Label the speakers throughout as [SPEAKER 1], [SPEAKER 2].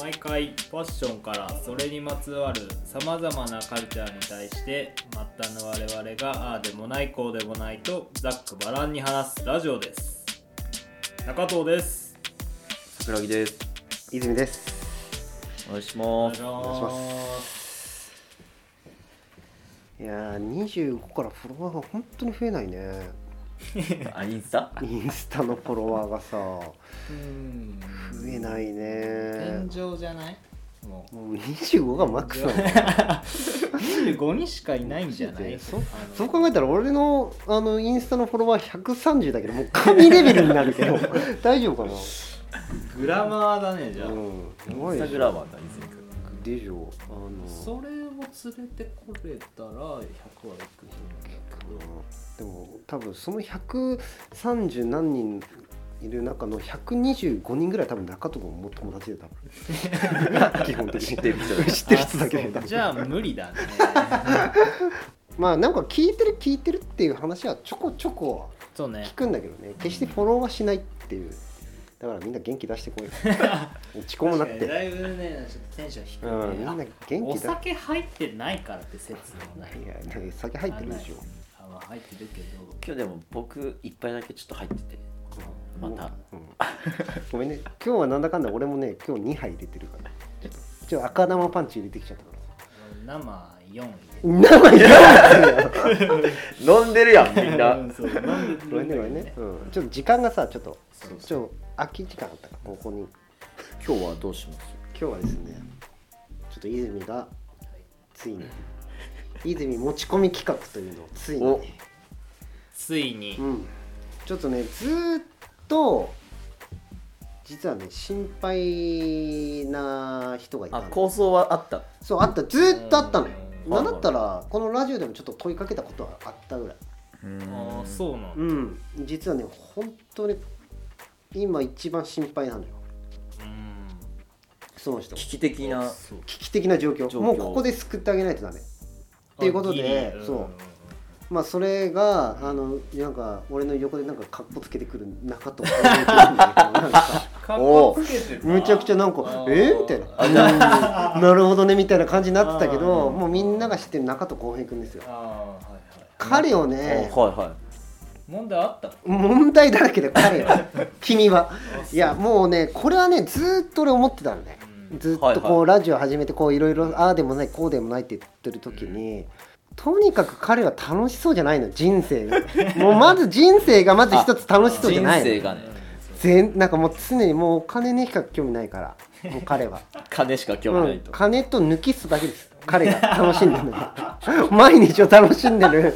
[SPEAKER 1] 毎回ファッションからそれにまつわるさまざまなカルチャーに対して末端の我々がああでもないこうでもないとざっくばらんに話すラジオです中藤です
[SPEAKER 2] 桜木です
[SPEAKER 3] 泉です。
[SPEAKER 2] お願いし
[SPEAKER 1] お
[SPEAKER 2] ます
[SPEAKER 3] お願いいやー、25からフォロワーが本当に増えないね。
[SPEAKER 2] あインスタ
[SPEAKER 3] インスタのフォロワーがさ、
[SPEAKER 1] うん
[SPEAKER 3] 増えない
[SPEAKER 1] 天
[SPEAKER 3] ね。
[SPEAKER 1] 井じゃないもう
[SPEAKER 3] もう25がマックスなの。
[SPEAKER 1] 25にしかいないんじゃない
[SPEAKER 3] そう
[SPEAKER 1] あの
[SPEAKER 3] そう考えたら俺のあのインスタのフォロワー130だけどもう神レベルになるけど大丈夫かな
[SPEAKER 1] グラマーだねじゃあ、
[SPEAKER 3] うん
[SPEAKER 2] イ
[SPEAKER 3] や
[SPEAKER 2] ン
[SPEAKER 3] ば
[SPEAKER 2] ス
[SPEAKER 3] い
[SPEAKER 2] タ
[SPEAKER 3] で
[SPEAKER 2] グ
[SPEAKER 3] し
[SPEAKER 2] ラ
[SPEAKER 3] ょ
[SPEAKER 2] マーだ泉君
[SPEAKER 3] でしょあの
[SPEAKER 1] それを連れてこれたら100はいくんだけど
[SPEAKER 3] でも多分その130何人いる中の125人ぐらい多分中とかも友達で多分 基本的
[SPEAKER 2] 知
[SPEAKER 3] に
[SPEAKER 2] ってる人だ
[SPEAKER 3] 知ってる人だけで
[SPEAKER 1] あ
[SPEAKER 3] 多
[SPEAKER 1] そう
[SPEAKER 3] 分
[SPEAKER 1] じゃあ無理 だね
[SPEAKER 3] まあなんか聞いてる聞いてるっていう話はちょこちょこ
[SPEAKER 1] そうね
[SPEAKER 3] 聞くんだけどね決してフォローはしないっていうだからみんな元気 出してこい落ち込むなっ
[SPEAKER 1] 確かにだ
[SPEAKER 3] て
[SPEAKER 1] いぶねちょっとテンション低
[SPEAKER 3] う
[SPEAKER 1] い
[SPEAKER 3] んみんな
[SPEAKER 1] ね、
[SPEAKER 3] 元
[SPEAKER 1] お
[SPEAKER 3] 気だ
[SPEAKER 1] 酒入ってないからって説もない
[SPEAKER 3] いやなんか酒入ってるでしょ
[SPEAKER 1] あまあ入ってるけど
[SPEAKER 2] 今日でも僕一杯だけちょっと入っててまた
[SPEAKER 3] うんうんごめんね今日はなんだかんだ俺もね今日2杯入れてるからちょっとちょっと赤玉パンチ入れてきちゃったから
[SPEAKER 1] 生4入
[SPEAKER 3] 生いらないよ
[SPEAKER 2] 飲んでるやんみ
[SPEAKER 1] れ
[SPEAKER 2] ん
[SPEAKER 1] て
[SPEAKER 2] な
[SPEAKER 1] そうなんで
[SPEAKER 3] ごめんねごめんね、うん、ちょっと時間がさちょっと
[SPEAKER 2] そう
[SPEAKER 3] ちょっと空き時間あったからここに
[SPEAKER 2] 今日はどうします
[SPEAKER 3] 今日はですねちょっと泉がついに泉持ち込み企画というのをついに
[SPEAKER 2] お
[SPEAKER 3] ね、
[SPEAKER 1] ついに
[SPEAKER 3] うん、ちょっとねずーっと実はね心配な人がいた
[SPEAKER 2] あ
[SPEAKER 3] の
[SPEAKER 2] 構想はあった
[SPEAKER 3] そうあったずーっとあったのよ
[SPEAKER 1] うん
[SPEAKER 3] なんだったらこのラジオでもちょっと問いかけたことはあったぐらい
[SPEAKER 1] ああそうなのう
[SPEAKER 3] うん実はね本当に今一番心配なのよ
[SPEAKER 1] ん
[SPEAKER 3] その人
[SPEAKER 2] 危機的な
[SPEAKER 1] そう
[SPEAKER 3] 危機的な状況
[SPEAKER 2] 状況
[SPEAKER 3] もうここで救ってあげないとダメっていうことで
[SPEAKER 1] あギリ
[SPEAKER 3] そうまあそれがあのなんか俺の横でなんかカッコつけてくる中とかなん か
[SPEAKER 1] かっこつけてるな
[SPEAKER 3] むちゃくちゃなんか
[SPEAKER 1] あ
[SPEAKER 3] 「
[SPEAKER 1] ー
[SPEAKER 3] えみたいな「うんなるほどね」みたいな感じになってたけど
[SPEAKER 1] あー
[SPEAKER 3] もうみんなが知ってる中と浩平君ですよ
[SPEAKER 1] ああはいはい
[SPEAKER 3] 彼を
[SPEAKER 2] お
[SPEAKER 3] ね
[SPEAKER 2] はいは
[SPEAKER 1] 問題あった
[SPEAKER 3] 問題だらけで彼 よ君は
[SPEAKER 1] あ
[SPEAKER 3] いやもうねこれはねずーっと俺思ってたのね
[SPEAKER 1] うん
[SPEAKER 3] ずっと
[SPEAKER 2] はい
[SPEAKER 3] こうラジオ始めてこういろいろああでもないこうでもないって言ってる時にとにかく彼は楽しそうじゃないの人生がもうまず人生がまず一つ楽しそうじゃ
[SPEAKER 2] 人
[SPEAKER 3] ない
[SPEAKER 2] 生
[SPEAKER 3] の
[SPEAKER 2] がね
[SPEAKER 3] 全なんかもう常にもうお金にしか興味ないからもう彼は、
[SPEAKER 2] 金しか興味
[SPEAKER 3] う
[SPEAKER 2] ない
[SPEAKER 3] ん
[SPEAKER 2] と、
[SPEAKER 3] 金と抜きすだけです彼が楽しんでるのは 毎日を楽しんで る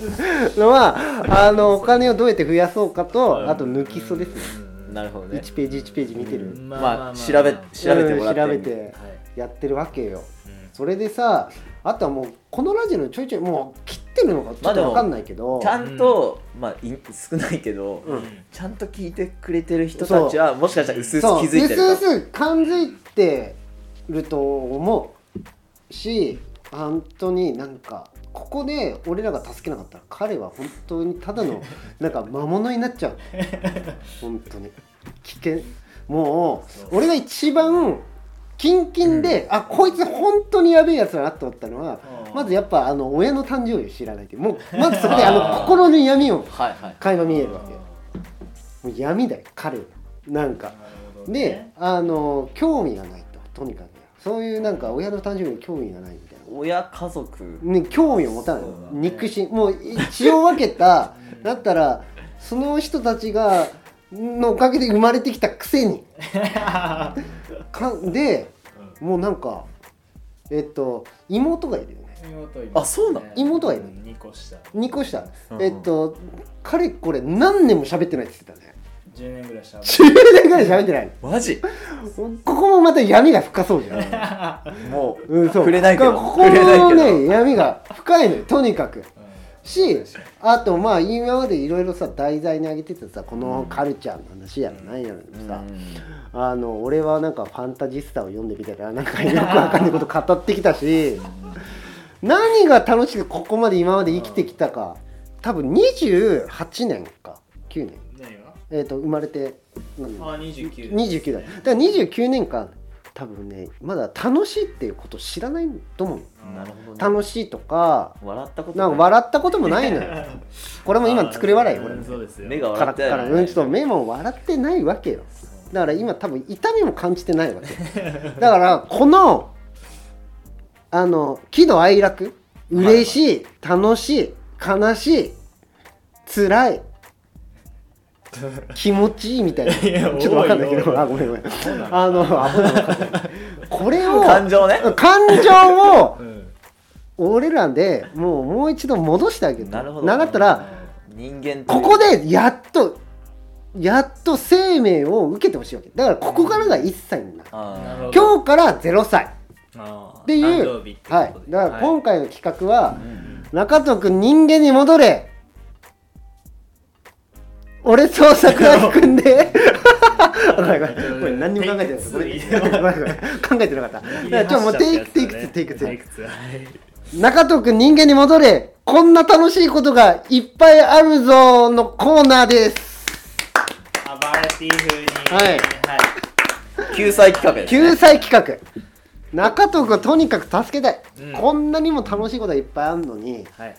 [SPEAKER 3] のはあのお金をどうやって増やそうかとあと抜きすですね
[SPEAKER 2] なるほどね
[SPEAKER 3] 1ページ1ページ見てる
[SPEAKER 2] まあ調べ調べてもらって
[SPEAKER 3] うん調べて
[SPEAKER 1] はい
[SPEAKER 3] やってるわけよ
[SPEAKER 1] うん
[SPEAKER 3] それでさあとはもうこのラジオのちょいちょいもう切ってるのかちょっと分かんないけど、
[SPEAKER 2] ちゃんと、まあい少ないけど、
[SPEAKER 3] うん
[SPEAKER 2] ちゃんと聞いてくれてる人たちはもしかしたら薄々
[SPEAKER 3] そう
[SPEAKER 2] 気づいてるか
[SPEAKER 3] う
[SPEAKER 2] も
[SPEAKER 3] すうす感づいてると思うし本当になんかここで俺らが助けなかったら彼は本当にただ のなんか魔物になっちゃう本当に危険も
[SPEAKER 1] そう
[SPEAKER 3] う俺が一番キンキンで、あこいつ本当にやべえやつだなと思ったのは、
[SPEAKER 1] うん
[SPEAKER 3] まずやっぱあの親の誕生日を知らないっていうもうまずそこであ
[SPEAKER 2] あ
[SPEAKER 3] の
[SPEAKER 2] ー
[SPEAKER 3] 心の闇を
[SPEAKER 2] はいはい
[SPEAKER 3] 垣間見えるわけよもう闇だよ彼はなんか
[SPEAKER 1] なるほどね
[SPEAKER 3] であの興味がないととにかくそういうなんか親の誕生日に興味がないみたい
[SPEAKER 2] 親家族
[SPEAKER 3] な、ね、興味を持たない、
[SPEAKER 2] そうだね
[SPEAKER 3] 憎しみもう血を分け た
[SPEAKER 1] うん
[SPEAKER 3] だったらその人たちがのおかげで生まれてきたくせ にかでもうなんかえっと妹がいるよね
[SPEAKER 1] 妹いる
[SPEAKER 2] あそうなの
[SPEAKER 3] 妹はいる
[SPEAKER 1] うん二個下
[SPEAKER 3] 2個下
[SPEAKER 2] うんうん
[SPEAKER 3] えっとかれこれ何年も喋ってないって言ってた ね
[SPEAKER 1] 10年ぐらいしゃべ
[SPEAKER 3] 10年ぐらい喋ってない
[SPEAKER 2] マジ
[SPEAKER 3] ここもまた闇が深そうじゃん
[SPEAKER 2] もう、
[SPEAKER 3] うん、そう
[SPEAKER 2] 触れないけど
[SPEAKER 3] ここ
[SPEAKER 2] 触れない
[SPEAKER 3] の
[SPEAKER 2] けど
[SPEAKER 3] ね闇が深いのよとにかくし
[SPEAKER 1] 確かに
[SPEAKER 3] あとまあ今までいろいろさ題材に挙げてたさこのカルチャーの話やら何やらでもさ、あの俺はなんかファンタジスタを読んでみたらなんかよくわかんないこと語ってきたし何が楽しくここまで今まで生きてきたか多分28年か9年、
[SPEAKER 1] 何が
[SPEAKER 3] えー、と生まれて何
[SPEAKER 1] あ29
[SPEAKER 3] 29だだから29年間多分ねまだ楽しいっていうことを知らないと思う
[SPEAKER 2] なるほどね
[SPEAKER 3] 楽しいとか
[SPEAKER 2] 笑ったこと
[SPEAKER 3] なんか笑ったこともないのよこれも今作り笑いよ
[SPEAKER 1] あー
[SPEAKER 3] 俺
[SPEAKER 1] うんそうですよ
[SPEAKER 2] 目が
[SPEAKER 3] カ
[SPEAKER 2] 笑
[SPEAKER 3] ラ
[SPEAKER 2] っ
[SPEAKER 3] ッ
[SPEAKER 2] て
[SPEAKER 3] カ
[SPEAKER 2] な
[SPEAKER 3] ラ
[SPEAKER 2] い
[SPEAKER 3] うんちょっと目も笑ってないわけよだから今多分痛みも感じてないわけだからこのあの喜怒哀楽嬉しい楽しい悲しい辛い気持ちいいみたいなち
[SPEAKER 1] いや
[SPEAKER 3] ょっと分かんないけ
[SPEAKER 1] 多い
[SPEAKER 3] ど
[SPEAKER 1] よ
[SPEAKER 3] あごめんごめんあのあ危ない危ないこれを
[SPEAKER 2] 感情ね
[SPEAKER 3] 感情を
[SPEAKER 1] うん
[SPEAKER 3] 俺らでもうもう一度戻してあげる
[SPEAKER 2] なるほど
[SPEAKER 3] なかったら
[SPEAKER 2] 人間という
[SPEAKER 3] ここでやっとやっと生命を受けてほしいわけだからここからが1歳になる
[SPEAKER 2] あー
[SPEAKER 1] なるほど
[SPEAKER 3] 今日から0歳
[SPEAKER 1] あー
[SPEAKER 3] っていう
[SPEAKER 1] 誕生日ってこと
[SPEAKER 3] はい
[SPEAKER 1] で
[SPEAKER 3] だから今回の企画は
[SPEAKER 2] う、ん
[SPEAKER 3] 中藤君人間に戻れ俺と桜井君でごめんごめんこれ何にも考えてないごめんごめんごめん考えてなかった
[SPEAKER 1] はい
[SPEAKER 3] じゃあちょもうテイクテイクツーテイクツー
[SPEAKER 1] テイクツーはい
[SPEAKER 3] 中藤くん人間に戻れこんな楽しいことがいっぱいあるぞのコーナーです
[SPEAKER 1] あバラエティ風に
[SPEAKER 3] はい
[SPEAKER 2] 救済企画ですね
[SPEAKER 3] 救済企画 中藤くんとにかく助けたい、
[SPEAKER 1] うん
[SPEAKER 3] こんなにも楽しいことがいっぱいあるのに
[SPEAKER 1] はいはい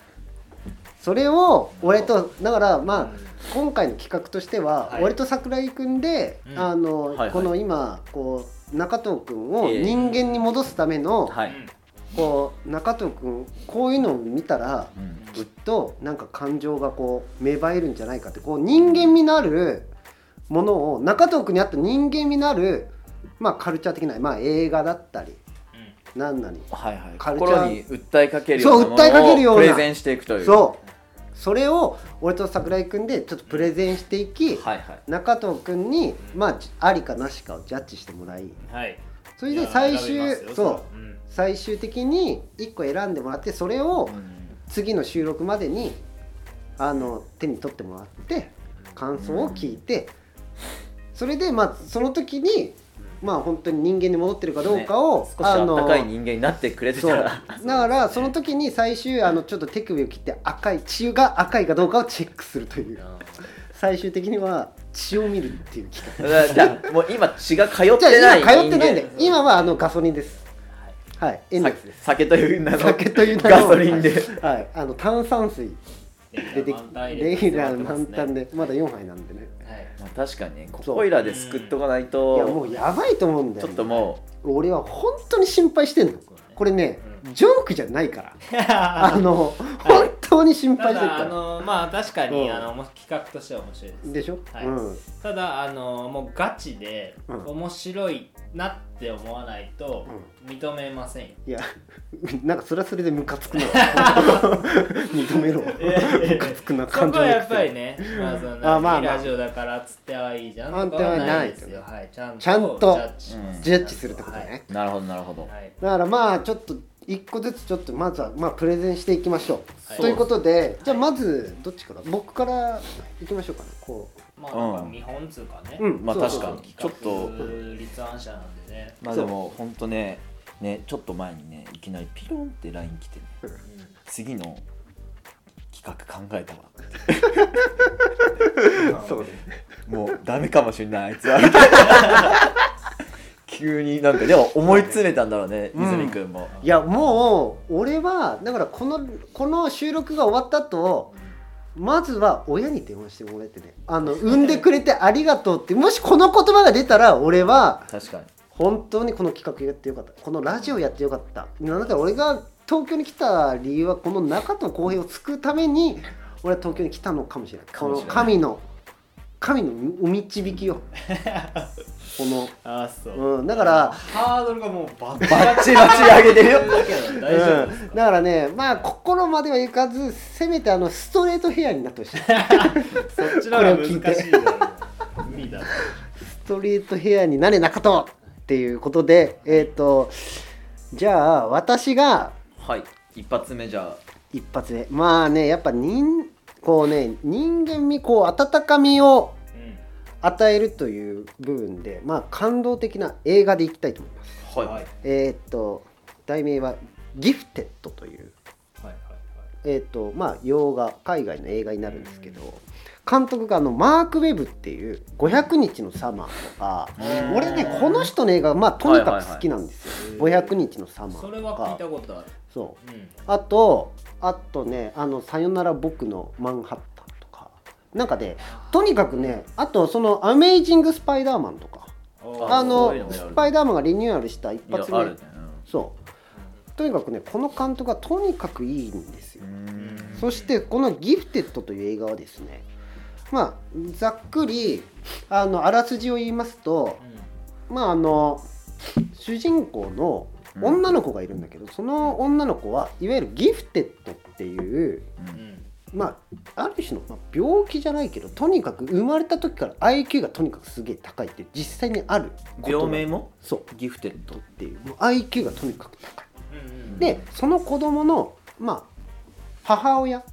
[SPEAKER 3] それを俺とだからまあ今回の企画としては、
[SPEAKER 1] はい
[SPEAKER 3] 俺と桜井くんで、
[SPEAKER 1] うん
[SPEAKER 3] あの、
[SPEAKER 2] はいはい
[SPEAKER 3] この今こう中藤くんを
[SPEAKER 2] ええ
[SPEAKER 3] 人間に戻すための、
[SPEAKER 2] は
[SPEAKER 1] う
[SPEAKER 2] い
[SPEAKER 1] ん
[SPEAKER 3] こう中藤くんこういうのを見たら
[SPEAKER 2] うん
[SPEAKER 3] きっとなんか感情がこう芽生えるんじゃないかってこう人間味のあるものを中東区にあった人間味のあるまあカルチャー的な、まあ、映画だったりなんなり
[SPEAKER 2] はいはい
[SPEAKER 3] カルチャー
[SPEAKER 2] 心に訴えかけるようなも
[SPEAKER 3] そう訴えかける
[SPEAKER 2] の
[SPEAKER 3] よ
[SPEAKER 2] を
[SPEAKER 3] うな
[SPEAKER 2] プレゼンしていくという
[SPEAKER 3] そうそれを俺と桜井君でちょっとプレゼンしていき
[SPEAKER 2] はいはい
[SPEAKER 3] 中藤君にまあじありかなしかをジャッジしてもらい
[SPEAKER 1] はい
[SPEAKER 3] それで
[SPEAKER 1] い
[SPEAKER 3] 最
[SPEAKER 1] や選びますよ
[SPEAKER 3] 終そう
[SPEAKER 1] うん
[SPEAKER 3] 最終的に1個選んでもらってそれを次の収録までにあの手に取ってもらって感想を聞いてそれでまあその時にまあ本当に人間に戻ってるかどうかを、
[SPEAKER 2] 少しあったかい人間になってくれて
[SPEAKER 3] そ
[SPEAKER 2] た
[SPEAKER 3] う
[SPEAKER 2] ら
[SPEAKER 3] だからその時に最終あのちょっと手首を切って赤い血が赤いかどうかをチェックするという最終的には血を見るっていう機会
[SPEAKER 2] じゃあもう今血が通って
[SPEAKER 3] じゃ
[SPEAKER 2] な
[SPEAKER 3] あ
[SPEAKER 2] い
[SPEAKER 3] 今通ってないん
[SPEAKER 2] 人
[SPEAKER 3] で今はあのガソリンですはいエン
[SPEAKER 2] 間
[SPEAKER 3] ドレスです
[SPEAKER 2] さ酒という名の
[SPEAKER 3] 酒という名の
[SPEAKER 2] ガソリンで
[SPEAKER 3] はいあの炭酸水出てきレギュラー満タンでまだ4杯なんでね
[SPEAKER 1] はい
[SPEAKER 2] まあ確かにねここいらで救っとかない
[SPEAKER 3] いやも
[SPEAKER 2] と
[SPEAKER 3] うやばいと思うんだ
[SPEAKER 2] ち
[SPEAKER 3] よ
[SPEAKER 2] ょっとも
[SPEAKER 3] 俺は本当に心配してんのこれね、ジョークじゃないからあの、本当に心
[SPEAKER 1] た
[SPEAKER 3] 配してる
[SPEAKER 1] だあ
[SPEAKER 3] か
[SPEAKER 1] のまあ確かに、
[SPEAKER 3] うん
[SPEAKER 1] あのもう企画としては面白いです
[SPEAKER 3] らでしょ、
[SPEAKER 1] はい
[SPEAKER 3] うん
[SPEAKER 1] ただあのもうガチで、
[SPEAKER 3] うん
[SPEAKER 1] 面白いなって思わないと、認めませんよ
[SPEAKER 3] いやなんかそれはそれでムカつく な認めろ
[SPEAKER 1] いやいやいや
[SPEAKER 3] ムカつくな
[SPEAKER 1] そ
[SPEAKER 3] 感
[SPEAKER 1] こ
[SPEAKER 3] 情
[SPEAKER 1] は
[SPEAKER 3] の
[SPEAKER 1] や
[SPEAKER 3] く
[SPEAKER 1] っ
[SPEAKER 3] せ
[SPEAKER 1] ぱ
[SPEAKER 3] に
[SPEAKER 1] りね、まあその
[SPEAKER 3] あまあまあ
[SPEAKER 1] ラジオだからっつってはいいじゃ
[SPEAKER 3] あ
[SPEAKER 1] ん
[SPEAKER 3] ん
[SPEAKER 1] と
[SPEAKER 3] た
[SPEAKER 1] か
[SPEAKER 3] は
[SPEAKER 1] はな
[SPEAKER 3] ないい
[SPEAKER 1] ですよ、はい、ちゃんと
[SPEAKER 3] ちゃんと
[SPEAKER 1] ジャッジ,、
[SPEAKER 2] うん
[SPEAKER 3] ジャッジするってことね、
[SPEAKER 2] うなるほどなるほど
[SPEAKER 1] はい
[SPEAKER 3] だからまあちょっと一個ずつちょっとまずはまあプレゼンしていきましょう、
[SPEAKER 1] はい
[SPEAKER 3] ということで、じゃあまずどっちから僕からいきましょうかねこ
[SPEAKER 1] まあなんか見本つうかね、
[SPEAKER 3] う、うん、
[SPEAKER 2] まあ
[SPEAKER 3] そうそう
[SPEAKER 2] 確かに
[SPEAKER 1] 企
[SPEAKER 2] ちょ
[SPEAKER 1] 画立案者なんでね、
[SPEAKER 2] まあでもほんとねねちょっと前にねいきなりピロンって LINE 来てね次の企画考えたわ
[SPEAKER 3] そうね
[SPEAKER 2] もうダメかもしれないあいつ はみたいな急になんかでも思い詰めたんだろうね
[SPEAKER 3] うん
[SPEAKER 2] 泉くんも、
[SPEAKER 3] いやもう俺はだからこのこの収録が終わった後まずは親に電話してもらってね あの産んでくれてありがとうってもしこの言葉が出たら俺は
[SPEAKER 2] 確かに
[SPEAKER 3] 本当にこの企画やってよかったこのラジオやってよかったなんだったら俺が東京に来た理由はこの中藤浩平を救うために俺は東京に来たのかもしれない
[SPEAKER 2] か
[SPEAKER 3] こ
[SPEAKER 2] も
[SPEAKER 3] の
[SPEAKER 2] しれない
[SPEAKER 3] 神の神のお導き よこの、
[SPEAKER 1] ああそう、
[SPEAKER 3] うん、だから
[SPEAKER 1] ハードルがもうバッバ
[SPEAKER 2] バッチバチ上げてるよ
[SPEAKER 1] けど大丈夫です
[SPEAKER 3] うん、だからねまあ心まではいかずせめてあのストレートヘアになって ほし
[SPEAKER 1] そ
[SPEAKER 3] い
[SPEAKER 1] っちの方が難しいだろう無理だろ
[SPEAKER 3] ストレートヘアになれなかったっていうことでえっ、とじゃあ私が
[SPEAKER 2] はい一発目じゃ
[SPEAKER 3] 一発目まあねやっぱ人こうね人間味こう温かみを
[SPEAKER 1] う
[SPEAKER 3] 与えるという部分でまあ感動的な映画でいきたいと思います
[SPEAKER 2] あは
[SPEAKER 1] ん
[SPEAKER 2] い、
[SPEAKER 1] はいはい
[SPEAKER 3] えっ、と題名は「ギフテッド」という
[SPEAKER 1] はいはい
[SPEAKER 3] えーとまあ、洋画海外の映画になるんですけど監督があのマーク・ウェブっていう「500日のサマー」とか
[SPEAKER 1] うん
[SPEAKER 3] 俺ねこの人の映画まあとにかく好きなんですよ「
[SPEAKER 1] はいはいはい
[SPEAKER 3] 500日のサマー」
[SPEAKER 1] それ
[SPEAKER 3] と
[SPEAKER 1] は聞いた
[SPEAKER 3] か
[SPEAKER 1] ことある。
[SPEAKER 3] そう
[SPEAKER 1] うん。
[SPEAKER 3] あとあとね「あのさよなら僕のマンハッタン」とかなんかねとにかくねあとその「アメイジング・スパイダーマン」とか
[SPEAKER 2] あ
[SPEAKER 3] あの
[SPEAKER 2] そういうのもやる
[SPEAKER 3] スパイダーマンがリニューアルした一
[SPEAKER 2] いや
[SPEAKER 3] 発
[SPEAKER 2] あ
[SPEAKER 3] 目
[SPEAKER 2] るね
[SPEAKER 3] そうとにかくねこの監督はとにかくいいんですよ
[SPEAKER 2] う、ん
[SPEAKER 3] そしてこの「ギフテッド」という映画はですねまあざっくりあのあらすじを言いますとまああの主人公の女の子がいるんだけど、その女の子はいわゆるギフテッドっていう
[SPEAKER 1] うん。うん。
[SPEAKER 3] まあ、ある種の、まあ、病気じゃないけどとにかく生まれた時から IQ がとにかくすげえ高いって実際にあること
[SPEAKER 2] 病名も
[SPEAKER 3] そう
[SPEAKER 2] ギフテッド
[SPEAKER 3] っていうもう IQ がとにかく高い
[SPEAKER 1] うん。
[SPEAKER 3] でその子供のまあ母親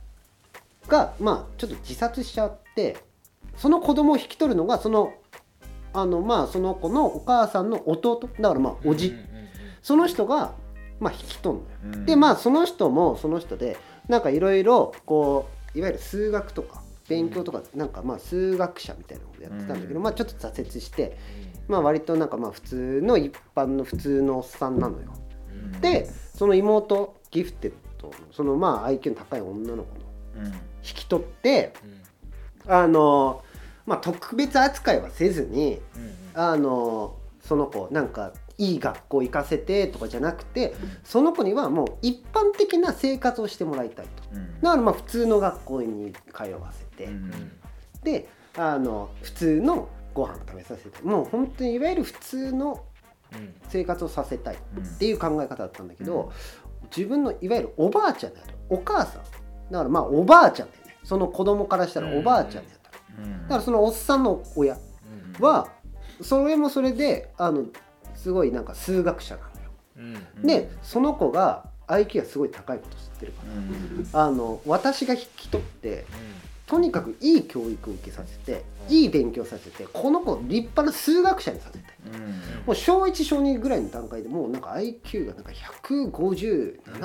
[SPEAKER 3] がまあちょっと自殺しちゃってその子供を引き取るのがそのあのまあその子のお母さんの弟だからまあおじ、
[SPEAKER 1] うんうんうんうん
[SPEAKER 3] その人がまあ引き取るのよ
[SPEAKER 2] うん
[SPEAKER 3] でまあその人もその人でなんかいろいろこういわゆる数学とか勉強とかなんかまあ数学者みたいなことやってたんだけど、
[SPEAKER 2] うん
[SPEAKER 3] まあちょっと挫折してまあ割となんかまあ普通の一般の普通のおっさんなのよ。
[SPEAKER 1] うんうん
[SPEAKER 3] でその妹ギフテッドのそのまあ IQ の高い女の子の
[SPEAKER 2] うん
[SPEAKER 3] 引き取って
[SPEAKER 1] うん
[SPEAKER 3] あのまあ特別扱いはせずに
[SPEAKER 1] うん
[SPEAKER 3] あのその子なんかいい学校行かせてとかじゃなくてその子にはもう一般的な生活をしてもらいたいと
[SPEAKER 2] うん
[SPEAKER 3] だからまあ普通の学校に通わせて、
[SPEAKER 2] うん
[SPEAKER 3] であの普通のご飯食べさせてもう本当にいわゆる普通の
[SPEAKER 1] うん
[SPEAKER 3] 生活をさせたいっていう考え方だったんだけ
[SPEAKER 2] うん
[SPEAKER 3] ど、自分のいわゆるおばあちゃんだよお母さんだからまあおばあちゃんだよねその子供からしたらおばあちゃんだよ、
[SPEAKER 2] うん
[SPEAKER 3] だからそのおっさんの親
[SPEAKER 1] うん
[SPEAKER 3] はそれもそれであのすごいなんか数学者なのよ、
[SPEAKER 1] うん
[SPEAKER 3] でその子が IQ がすごい高いこと知ってるか
[SPEAKER 2] うん
[SPEAKER 3] らあの私が引き取ってとにかくいい教育を受けさせていい勉強させてこの子を立派な数学者にさせて
[SPEAKER 2] うん
[SPEAKER 3] もう小1小2ぐらいの段階でもうなんか IQ がなんか15070みたい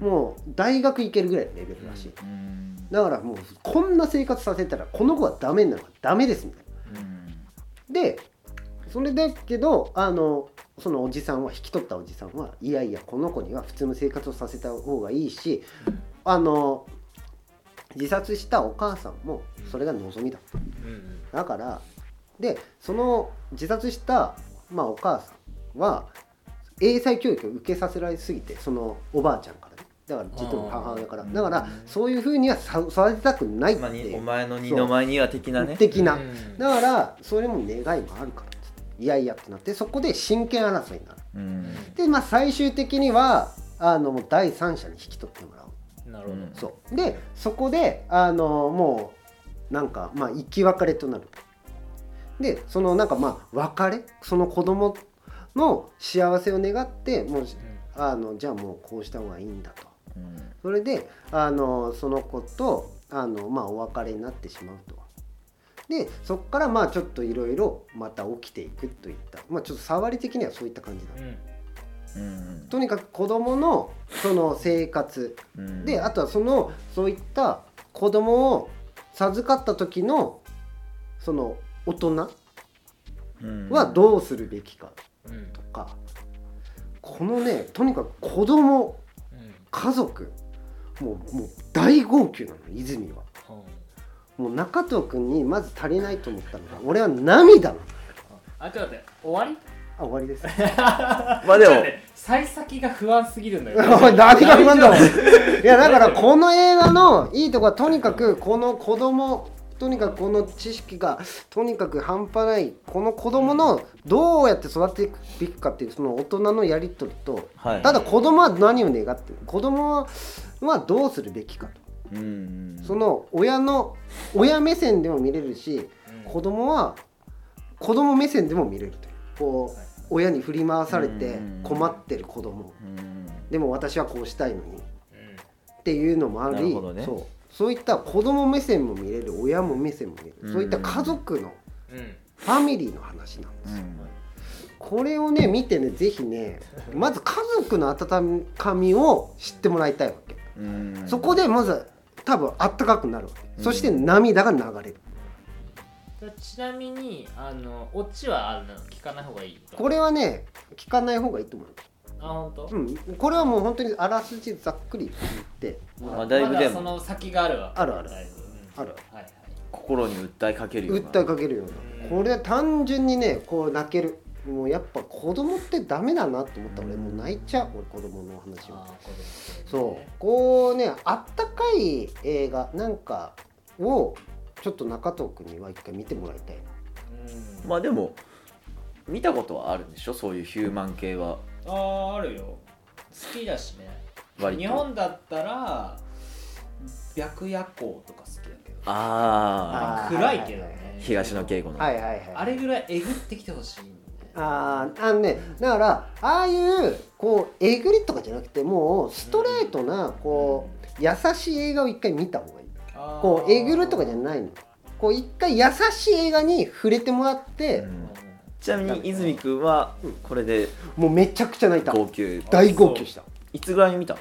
[SPEAKER 3] なもう大学行けるぐらいのレベルらしい
[SPEAKER 2] うん
[SPEAKER 3] だからもうこんな生活させたらこの子はダメになるからダメですみたいな
[SPEAKER 2] うん
[SPEAKER 3] でそれだけどあのそのおじさんは引き取ったおじさんはいやいやこの子には普通の生活をさせた方がいいしあの自殺したお母さんもそれが望みだ
[SPEAKER 1] うん
[SPEAKER 3] だからでその自殺した、まあ、お母さんは英才教育を受けさせられすぎてそのおばあちゃんからねだから実の母親から
[SPEAKER 2] あー
[SPEAKER 3] だからそういうふうにはさ育てたくないって
[SPEAKER 2] まあに
[SPEAKER 3] い
[SPEAKER 2] お
[SPEAKER 3] う
[SPEAKER 2] 前の二の前には的なね
[SPEAKER 3] 的な、
[SPEAKER 1] うん
[SPEAKER 3] だからそれも願いもあるからっつっていやいやってなってそこで親権争いになる
[SPEAKER 2] うん
[SPEAKER 3] でまあ最終的にはあのもう第三者に引き取ってもらう
[SPEAKER 1] なるほど
[SPEAKER 2] うん
[SPEAKER 3] そうでそこであのもうなんかまあ生き別れとなるでそのなんかまあ別れその子供の幸せを願ってもうあのじゃあもうこうした方がいいんだと
[SPEAKER 2] うん
[SPEAKER 3] それであのその子とあの、まあ、お別れになってしまうとでそこからまあちょっといろいろまた起きていくといったまあちょっと触り的にはそういった感じだ
[SPEAKER 1] うん
[SPEAKER 2] うん
[SPEAKER 3] とにかく子供のその生活
[SPEAKER 2] うん
[SPEAKER 3] であとはそのそういった子供を授かった時のその大人
[SPEAKER 2] うん
[SPEAKER 3] はどうするべきか
[SPEAKER 1] うん
[SPEAKER 3] とかこのねとにかく子供
[SPEAKER 1] うん
[SPEAKER 3] 家族もうもう大号泣なの泉はもう中藤君にまず足りないと思ったのが俺は涙なの
[SPEAKER 1] あちょっと待って終わり
[SPEAKER 3] あ終わりです
[SPEAKER 2] まあで
[SPEAKER 1] ちょっと待
[SPEAKER 2] も
[SPEAKER 1] って幸先が不安すぎるんだよ
[SPEAKER 3] おい 何が不安だお前いやだからこの映画のいいとこはとにかくこの子供とにかくこの知識がとにかく半端ないこの子供のどうやって育てていくべきかっていうその大人のやり取りと
[SPEAKER 2] はい
[SPEAKER 3] ただ子供は何を願ってる子供はどうするべきかと
[SPEAKER 2] うん
[SPEAKER 3] その親の親目線でも見れるし
[SPEAKER 1] うん
[SPEAKER 3] 子供は子供目線でも見れるというこ
[SPEAKER 1] はいう
[SPEAKER 3] 親に振り回されて
[SPEAKER 2] うん
[SPEAKER 3] 困ってる子供
[SPEAKER 2] うん
[SPEAKER 3] でも私はこうしたいの
[SPEAKER 1] うん
[SPEAKER 3] にっていうのもあ
[SPEAKER 2] なる
[SPEAKER 3] り
[SPEAKER 2] ほどね
[SPEAKER 3] そうそういった子供目線も見れる親も目線も見れる、
[SPEAKER 2] うん
[SPEAKER 3] そういった家族の
[SPEAKER 1] うん
[SPEAKER 3] ファミリーの話なんで
[SPEAKER 2] う
[SPEAKER 3] すよ、
[SPEAKER 2] ん
[SPEAKER 3] これをね見てねぜひ ねまず家族の温かみを知ってもらいたいわけ、
[SPEAKER 2] うん
[SPEAKER 3] そこでまず多分あったかくなるわけ、
[SPEAKER 2] うん
[SPEAKER 3] そして涙が流れる
[SPEAKER 1] だちなみにあのオチはあるの聞かない方がいい
[SPEAKER 3] これはね聞かない方がいいと思います
[SPEAKER 1] あ本当、
[SPEAKER 3] うん、これはもう本当にあらすじざっくり言って
[SPEAKER 2] まあだいぶで
[SPEAKER 1] まだそ
[SPEAKER 2] も
[SPEAKER 1] の先があるわけ
[SPEAKER 3] あるある
[SPEAKER 1] だいぶうん
[SPEAKER 3] ある
[SPEAKER 1] はいはい
[SPEAKER 2] 心に訴えかけるような
[SPEAKER 3] 訴えかけるようなこれは単純にねこう泣けるもうやっぱ子供ってダメだなと思った俺もう泣いちゃう俺子供の話
[SPEAKER 1] あ
[SPEAKER 3] は
[SPEAKER 1] ーこれ
[SPEAKER 3] そうこうねあったかい映画なんかをちょっと中藤君には一回見てもらいたい
[SPEAKER 1] うん
[SPEAKER 2] まあでも見たことはあるんでしょそういうヒューマン系は
[SPEAKER 1] あーあるよ好きだしね
[SPEAKER 2] 割と
[SPEAKER 1] 日本だったら白夜行とか好きだけど
[SPEAKER 2] あ
[SPEAKER 3] あー
[SPEAKER 1] 暗いけど
[SPEAKER 3] はいはい
[SPEAKER 1] ね
[SPEAKER 2] あ東野圭吾の、
[SPEAKER 3] はいはいはい
[SPEAKER 1] あれぐらいえぐってきてほしいんだよね
[SPEAKER 3] あーあのねだからああいうこうえぐりとかじゃなくてもうストレートなこう優しい映画を一回見た方がいい
[SPEAKER 1] あー
[SPEAKER 3] こうえぐるとかじゃないのこう一回優しい映画に触れてもらっ
[SPEAKER 2] う
[SPEAKER 3] て、
[SPEAKER 2] んちなみに泉君はこれで
[SPEAKER 3] もうめちゃくちゃ泣いた
[SPEAKER 2] 号泣
[SPEAKER 3] 大号泣した
[SPEAKER 2] いつぐらいに見たの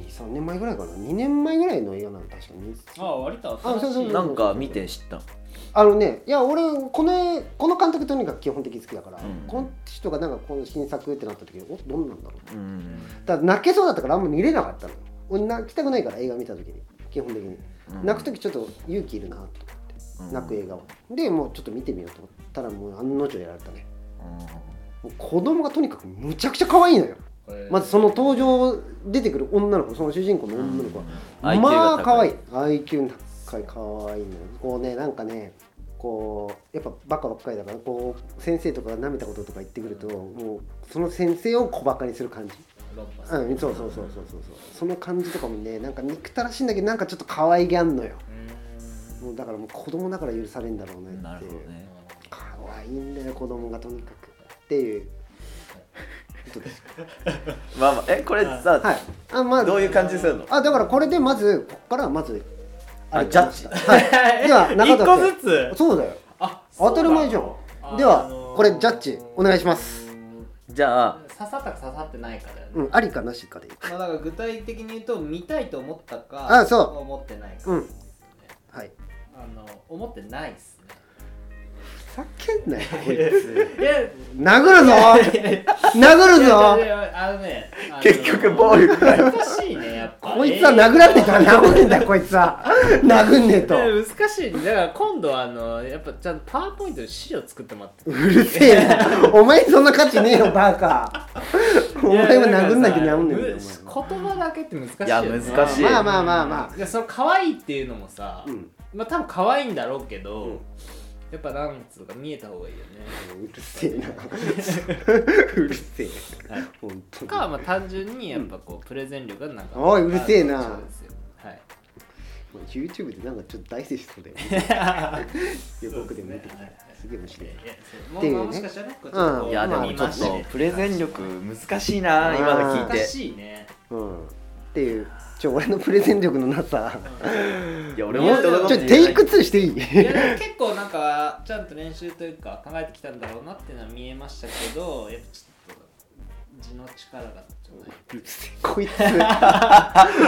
[SPEAKER 3] 23年前ぐらいかな2年前ぐらいの映画なの確かに
[SPEAKER 1] ああ割と
[SPEAKER 3] あそうそうそう
[SPEAKER 2] なんか見て知ったの
[SPEAKER 3] あのねいや俺このこの監督とにかく基本的に好きだから、
[SPEAKER 2] うん
[SPEAKER 3] この人がなんかこの新作ってなった時おどんなんだろう
[SPEAKER 2] うん
[SPEAKER 3] だから泣けそうだったからあんま見れなかったの俺泣きたくないから映画見た時に基本的に泣く時ちょっと勇気いるなと思って泣く映画はでもうちょっと見てみようと思ったらもう案の定やられたねもう子供がとにかくむちゃくちゃ可愛いのよまずその登場出てくる女の子その主人公の女の子は、まあ可愛い IQ 高い可愛いのよこうねなんかねこうやっぱバカばっかりだからこう先生とかが舐めたこととか言ってくるともうその先生を小バカにする感じ
[SPEAKER 1] 論破する
[SPEAKER 3] うんそうそうそうそうそうそうその感じとかもねなんか憎たらしいんだけどなんかちょっと可愛げあんのよもうだからもう子供だから許されんだろうねっていう
[SPEAKER 2] なるほどね
[SPEAKER 3] 可愛いんだよ子供がとにかくっていうことです
[SPEAKER 2] まあまあえこれさ、
[SPEAKER 3] はいあまあ
[SPEAKER 2] どういう感じするの
[SPEAKER 3] あだからこれでまずここからまず
[SPEAKER 2] あ
[SPEAKER 3] れから
[SPEAKER 2] ジャ
[SPEAKER 3] はいでは中
[SPEAKER 1] 一個
[SPEAKER 3] 田君
[SPEAKER 1] ずつ
[SPEAKER 3] そうだよ
[SPEAKER 1] あ
[SPEAKER 3] 当たり前じゃんではこれジャッジお願いしますす
[SPEAKER 2] じゃあ
[SPEAKER 1] 刺さったか刺さってないかだよね、
[SPEAKER 3] うんありかなしかでいい
[SPEAKER 1] まあだから具体的に言うと見たいと思ったか
[SPEAKER 3] あそう
[SPEAKER 1] 思ってないか、
[SPEAKER 3] うんはい
[SPEAKER 1] あの思ってないっすね
[SPEAKER 3] ふざけんなよこいつ
[SPEAKER 1] いや
[SPEAKER 3] 殴るぞ殴る
[SPEAKER 1] い
[SPEAKER 3] ぞ
[SPEAKER 1] やいやいやあのねあの
[SPEAKER 2] 結局暴力だよ
[SPEAKER 1] 難しいねやっぱ
[SPEAKER 3] こいつは殴られてから殴るんだよこいつは殴んねえと
[SPEAKER 1] えー難しいだから今度はあのやっぱちゃんとパワーポイントで資料作ってもらって
[SPEAKER 3] うるせえなお前そんな価値ねえよバカお前は殴んなきゃなんねえんだ
[SPEAKER 1] い
[SPEAKER 3] よ
[SPEAKER 1] やだからさ言葉だけって難しいよ、
[SPEAKER 2] いや
[SPEAKER 1] ね、
[SPEAKER 2] 難しい
[SPEAKER 3] まあまあまあま
[SPEAKER 1] いやその可愛いっていうのもさ、
[SPEAKER 3] あうん
[SPEAKER 1] まあ多分可愛いんだろうけど、
[SPEAKER 3] うん
[SPEAKER 1] やっぱなんつうか見えた方がいいよね
[SPEAKER 3] うるせえなうるせえ本当
[SPEAKER 1] と
[SPEAKER 3] に
[SPEAKER 1] かはまあ単純にやっぱこうプレゼン力がなんか
[SPEAKER 3] おいうるせえな
[SPEAKER 1] そうですよはい
[SPEAKER 3] YouTube でなんかちょっと大成しそうだよね予告でも見てきたすげえ面白い
[SPEAKER 1] いやそうも
[SPEAKER 3] っていうね
[SPEAKER 1] まあもしかしたらねこうち
[SPEAKER 3] うん
[SPEAKER 2] いやで
[SPEAKER 1] ょっとこう
[SPEAKER 2] もちょ
[SPEAKER 1] 見ま
[SPEAKER 2] っ
[SPEAKER 1] した
[SPEAKER 2] と
[SPEAKER 1] ね
[SPEAKER 2] プレゼン力難しいな今の聞
[SPEAKER 1] 難
[SPEAKER 2] いて
[SPEAKER 1] しいね
[SPEAKER 3] うんっていうちょ俺のプレゼン力のなさ
[SPEAKER 2] いや俺も
[SPEAKER 3] も
[SPEAKER 2] っ
[SPEAKER 3] う
[SPEAKER 2] て
[SPEAKER 3] ち
[SPEAKER 2] こと
[SPEAKER 3] ょ
[SPEAKER 2] 言えない
[SPEAKER 3] テイク2していい
[SPEAKER 1] いやでも結構なんかちゃんと練習というか考えてきたんだろうなっていうのは見えましたけどやっぱちょっと字の力がちょっとない
[SPEAKER 3] こいつ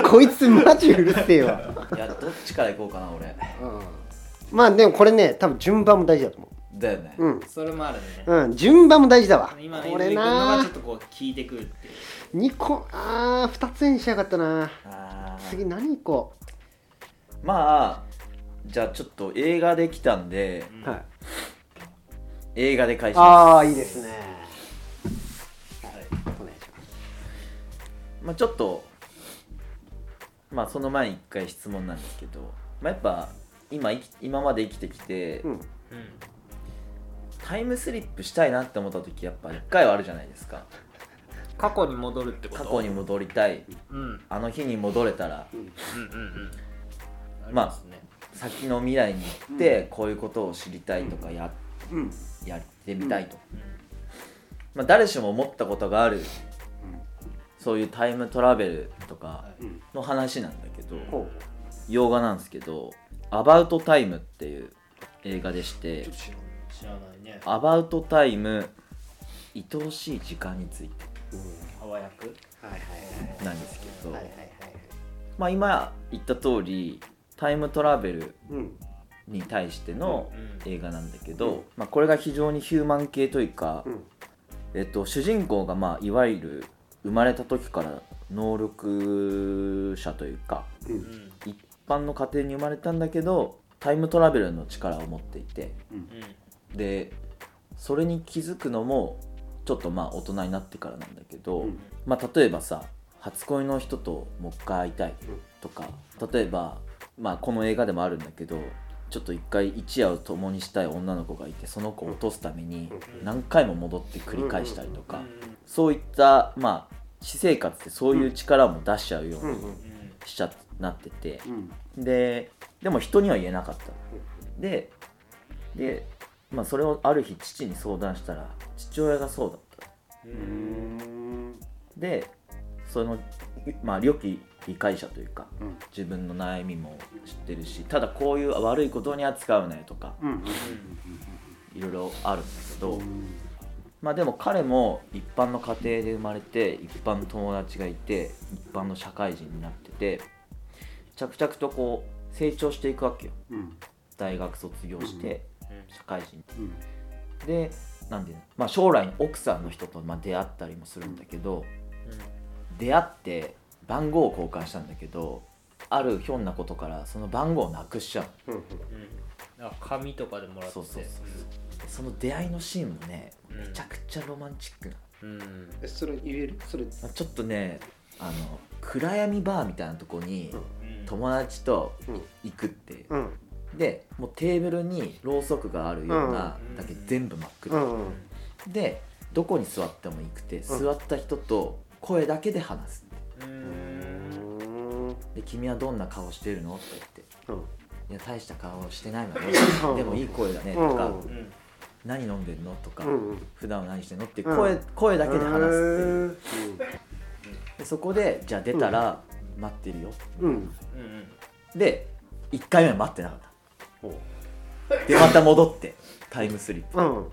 [SPEAKER 3] こいつマジうるせえわ、
[SPEAKER 2] いやどっちから行こうかな俺
[SPEAKER 3] うん、まあでもこれね多分順番も大事だと思
[SPEAKER 2] だよね、
[SPEAKER 3] ううん
[SPEAKER 1] それもあるね
[SPEAKER 3] うん、順番も大事だわ
[SPEAKER 1] 今の
[SPEAKER 3] こ
[SPEAKER 1] 泉
[SPEAKER 3] れ
[SPEAKER 1] 君のが
[SPEAKER 3] な
[SPEAKER 1] ちょっとこう聞いてくるっていう
[SPEAKER 3] 2個あー2つにしやがったな
[SPEAKER 2] あー
[SPEAKER 3] 次何行こ
[SPEAKER 2] まあじゃあちょっと映画できたんで
[SPEAKER 1] う
[SPEAKER 3] う、
[SPEAKER 1] ん
[SPEAKER 3] はい、
[SPEAKER 2] 映画で返します
[SPEAKER 3] ああいいですね
[SPEAKER 1] はい
[SPEAKER 3] お願いします
[SPEAKER 2] まあちょっとまあその前に一回質問なんですけど、まあ、やっぱ今生き今まで生きてきて、
[SPEAKER 3] うん
[SPEAKER 1] うん
[SPEAKER 2] タイムスリップしたいなって思った時やっぱ一回はあるじゃないですか
[SPEAKER 1] 過去に戻るってこと
[SPEAKER 2] 過去に戻りたい
[SPEAKER 1] うんうん
[SPEAKER 2] あの日に戻れたら
[SPEAKER 1] うんうんあり
[SPEAKER 2] まあ
[SPEAKER 1] ますね
[SPEAKER 2] 先の未来に行ってこういうことを知りたいとかや
[SPEAKER 3] うん
[SPEAKER 2] やってみたいと、
[SPEAKER 1] うん
[SPEAKER 2] まあ、誰しも思ったことがあるそういうタイムトラベルとか
[SPEAKER 3] うんうん
[SPEAKER 2] の話なんだけど、
[SPEAKER 3] ほう
[SPEAKER 2] 洋画なんですけど「アバウトタイム」っていう映画でして
[SPEAKER 3] 知らん
[SPEAKER 1] 知らないね
[SPEAKER 2] 「アバウトタイム愛おしい時間」について
[SPEAKER 3] うん
[SPEAKER 1] ハワイ役
[SPEAKER 3] はいはい
[SPEAKER 2] なんですけど、
[SPEAKER 3] はいはいはいはいはい
[SPEAKER 2] まあ、今言った通りタイムトラベル
[SPEAKER 3] うん
[SPEAKER 2] に対しての
[SPEAKER 1] うん
[SPEAKER 2] 映画なんだけ
[SPEAKER 3] う
[SPEAKER 2] ど
[SPEAKER 3] ん、
[SPEAKER 2] まあ、これが非常にヒューマン系というか、
[SPEAKER 3] うん
[SPEAKER 2] えっと、主人公が、まあ、いわゆる生まれた時から能力者というか
[SPEAKER 3] う
[SPEAKER 1] うんん
[SPEAKER 2] 一般の家庭に生まれたんだけどタイムトラベルの力を持っていてでそれに気づくのもちょっとまあ大人になってからなんだけど、
[SPEAKER 3] うん
[SPEAKER 2] まあ、例えばさ初恋の人ともう一回会いたい
[SPEAKER 3] うん
[SPEAKER 2] とか例えば、まあ、この映画でもあるんだけどちょっと一回一夜を共にしたい女の子がいてその子を落とすために
[SPEAKER 1] うん
[SPEAKER 2] 何回も戻って繰り返したりと
[SPEAKER 1] う
[SPEAKER 2] か
[SPEAKER 1] ん
[SPEAKER 2] そういったまあ私生活ってそういう力も出しちゃうよう
[SPEAKER 3] うん
[SPEAKER 2] にしちゃなってて
[SPEAKER 3] うん
[SPEAKER 2] ででも人には言えなかったでで、まあ、それをある日父に相談したら父親がそうだった
[SPEAKER 1] う
[SPEAKER 3] うんん
[SPEAKER 2] でそのまあ良き理解者というか
[SPEAKER 3] うん
[SPEAKER 2] 自分の悩みも知ってるしただこういう悪いことに扱うなよとか
[SPEAKER 3] うん
[SPEAKER 2] いろいろあるんだけ
[SPEAKER 3] う
[SPEAKER 2] ど、
[SPEAKER 3] ん
[SPEAKER 2] まあでも彼も一般の家庭で生まれて一般の友達がいて一般の社会人になってて着々とこう成長していくわけよ
[SPEAKER 3] うん
[SPEAKER 2] 大学卒業して
[SPEAKER 1] うん
[SPEAKER 2] 社会人
[SPEAKER 3] うん
[SPEAKER 2] でなんで、まあ、将来の奥さんの人とまあ出会ったりもするんだけど、出会って番号を交換したんだけどあるひょんなことからその番号をなくしちゃう
[SPEAKER 3] うん
[SPEAKER 1] うんあ紙とかでもらって
[SPEAKER 2] そうそうその出会いのシーンもねめちゃくちゃロマンチックな、
[SPEAKER 1] うんうん
[SPEAKER 3] えそれ言えるそれ
[SPEAKER 2] まあちょっとねあの暗闇バーみたいなとこに
[SPEAKER 3] うん
[SPEAKER 1] うん
[SPEAKER 2] 友達と
[SPEAKER 3] うん
[SPEAKER 2] 行くって、
[SPEAKER 3] うん
[SPEAKER 2] でもうテーブルにろうそくがあるような
[SPEAKER 1] うん
[SPEAKER 2] だけ全部真っ
[SPEAKER 3] う
[SPEAKER 2] 暗、
[SPEAKER 3] ん
[SPEAKER 2] でどこに座ってもいいくて
[SPEAKER 3] うん
[SPEAKER 2] 座った人と声だけで話す
[SPEAKER 1] う
[SPEAKER 3] うんん
[SPEAKER 2] で君はどんな顔してるのって言って
[SPEAKER 3] うん
[SPEAKER 2] いや大した顔してないわね
[SPEAKER 3] うん
[SPEAKER 2] でもいい声だねとか、
[SPEAKER 3] う
[SPEAKER 1] う
[SPEAKER 3] ん
[SPEAKER 1] ん
[SPEAKER 2] 何飲んでんのとか、
[SPEAKER 3] うん
[SPEAKER 2] 普段は何してんのって
[SPEAKER 3] うん
[SPEAKER 2] 声,、声だけで話すっていう
[SPEAKER 3] っていう
[SPEAKER 2] でそこでじゃあ出たら待ってるよ、
[SPEAKER 3] うん
[SPEAKER 1] うんうん
[SPEAKER 2] で1回目は待ってなかっ
[SPEAKER 3] ほう
[SPEAKER 2] たでまた戻ってタイムスリップ
[SPEAKER 3] うん
[SPEAKER 1] うん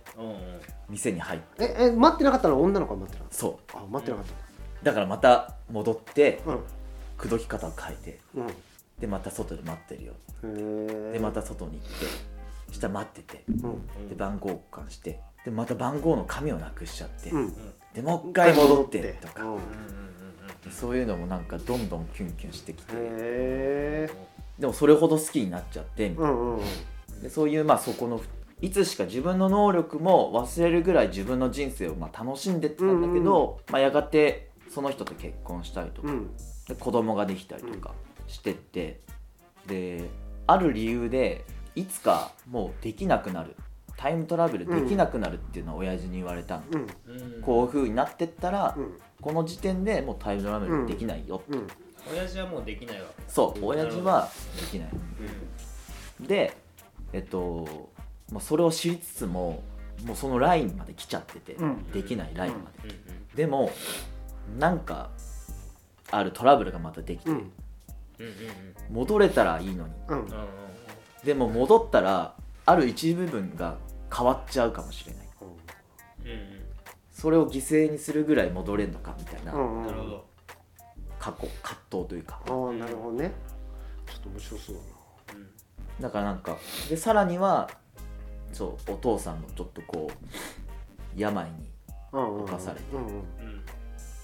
[SPEAKER 2] 店に入って
[SPEAKER 3] ええ待ってなかったのは女の子が待ってなかっ
[SPEAKER 2] そ
[SPEAKER 3] たあ待ってなかっ
[SPEAKER 2] うだからまた戻って
[SPEAKER 3] た
[SPEAKER 2] 口説き方を変えて
[SPEAKER 3] うんうん
[SPEAKER 2] でまた外で待ってるよ
[SPEAKER 3] へえ
[SPEAKER 2] でまた外に行ってしたら待ってて
[SPEAKER 3] うん
[SPEAKER 1] うん
[SPEAKER 2] で番号交換してでまた番号の紙をなくしちゃって、
[SPEAKER 3] うん
[SPEAKER 2] でもう一回戻ってとか、
[SPEAKER 3] うん
[SPEAKER 1] う
[SPEAKER 3] へ
[SPEAKER 1] んうんうんうん
[SPEAKER 2] そういうのもなんかどんどんキュンキュンしてきて
[SPEAKER 3] え
[SPEAKER 2] でもそれほど好きになっちゃってみたいな
[SPEAKER 3] うんうん
[SPEAKER 2] でそういうまあそこのいつしか自分の能力も忘れるぐらい自分の人生をまあ楽しんでってたんだけど、まあ、やがてその人と結婚したりとか、
[SPEAKER 3] うん
[SPEAKER 2] で子供ができたりとかしてってである理由でいつかもうできなくなるタイムトラベルできなくなるっていうのは親父に言われたの、
[SPEAKER 3] うん
[SPEAKER 1] うん
[SPEAKER 2] こういう風になってったら、
[SPEAKER 3] うん
[SPEAKER 2] この時点でもうタイムトラベルできないよ、
[SPEAKER 3] うん
[SPEAKER 1] 親父はもうできないわけ
[SPEAKER 2] そう親父はできないでえっと、まあ、それを知りつつももうそのラインまで来ちゃってて、
[SPEAKER 3] うん
[SPEAKER 2] できないラインまで、
[SPEAKER 1] うん
[SPEAKER 2] でもなんかあるトラブルがまたできて、
[SPEAKER 3] うん
[SPEAKER 1] うんうんうん
[SPEAKER 2] 戻れたらいいのに
[SPEAKER 3] うん
[SPEAKER 1] うんうん
[SPEAKER 2] でも戻ったらある一部分が変わっちゃうかもしれない
[SPEAKER 1] うん
[SPEAKER 2] それを犠牲にするぐらい戻れんのかみたいな
[SPEAKER 1] うんなるほ
[SPEAKER 3] ど
[SPEAKER 1] ど
[SPEAKER 2] 過去葛藤というか
[SPEAKER 3] ああなるほどねちょっと面白そうだ
[SPEAKER 1] うん
[SPEAKER 2] だからなんかでさらにはそうお父さんもちょっとこう病に
[SPEAKER 3] なうんうん
[SPEAKER 2] 犯されて
[SPEAKER 3] うんうん
[SPEAKER 1] うん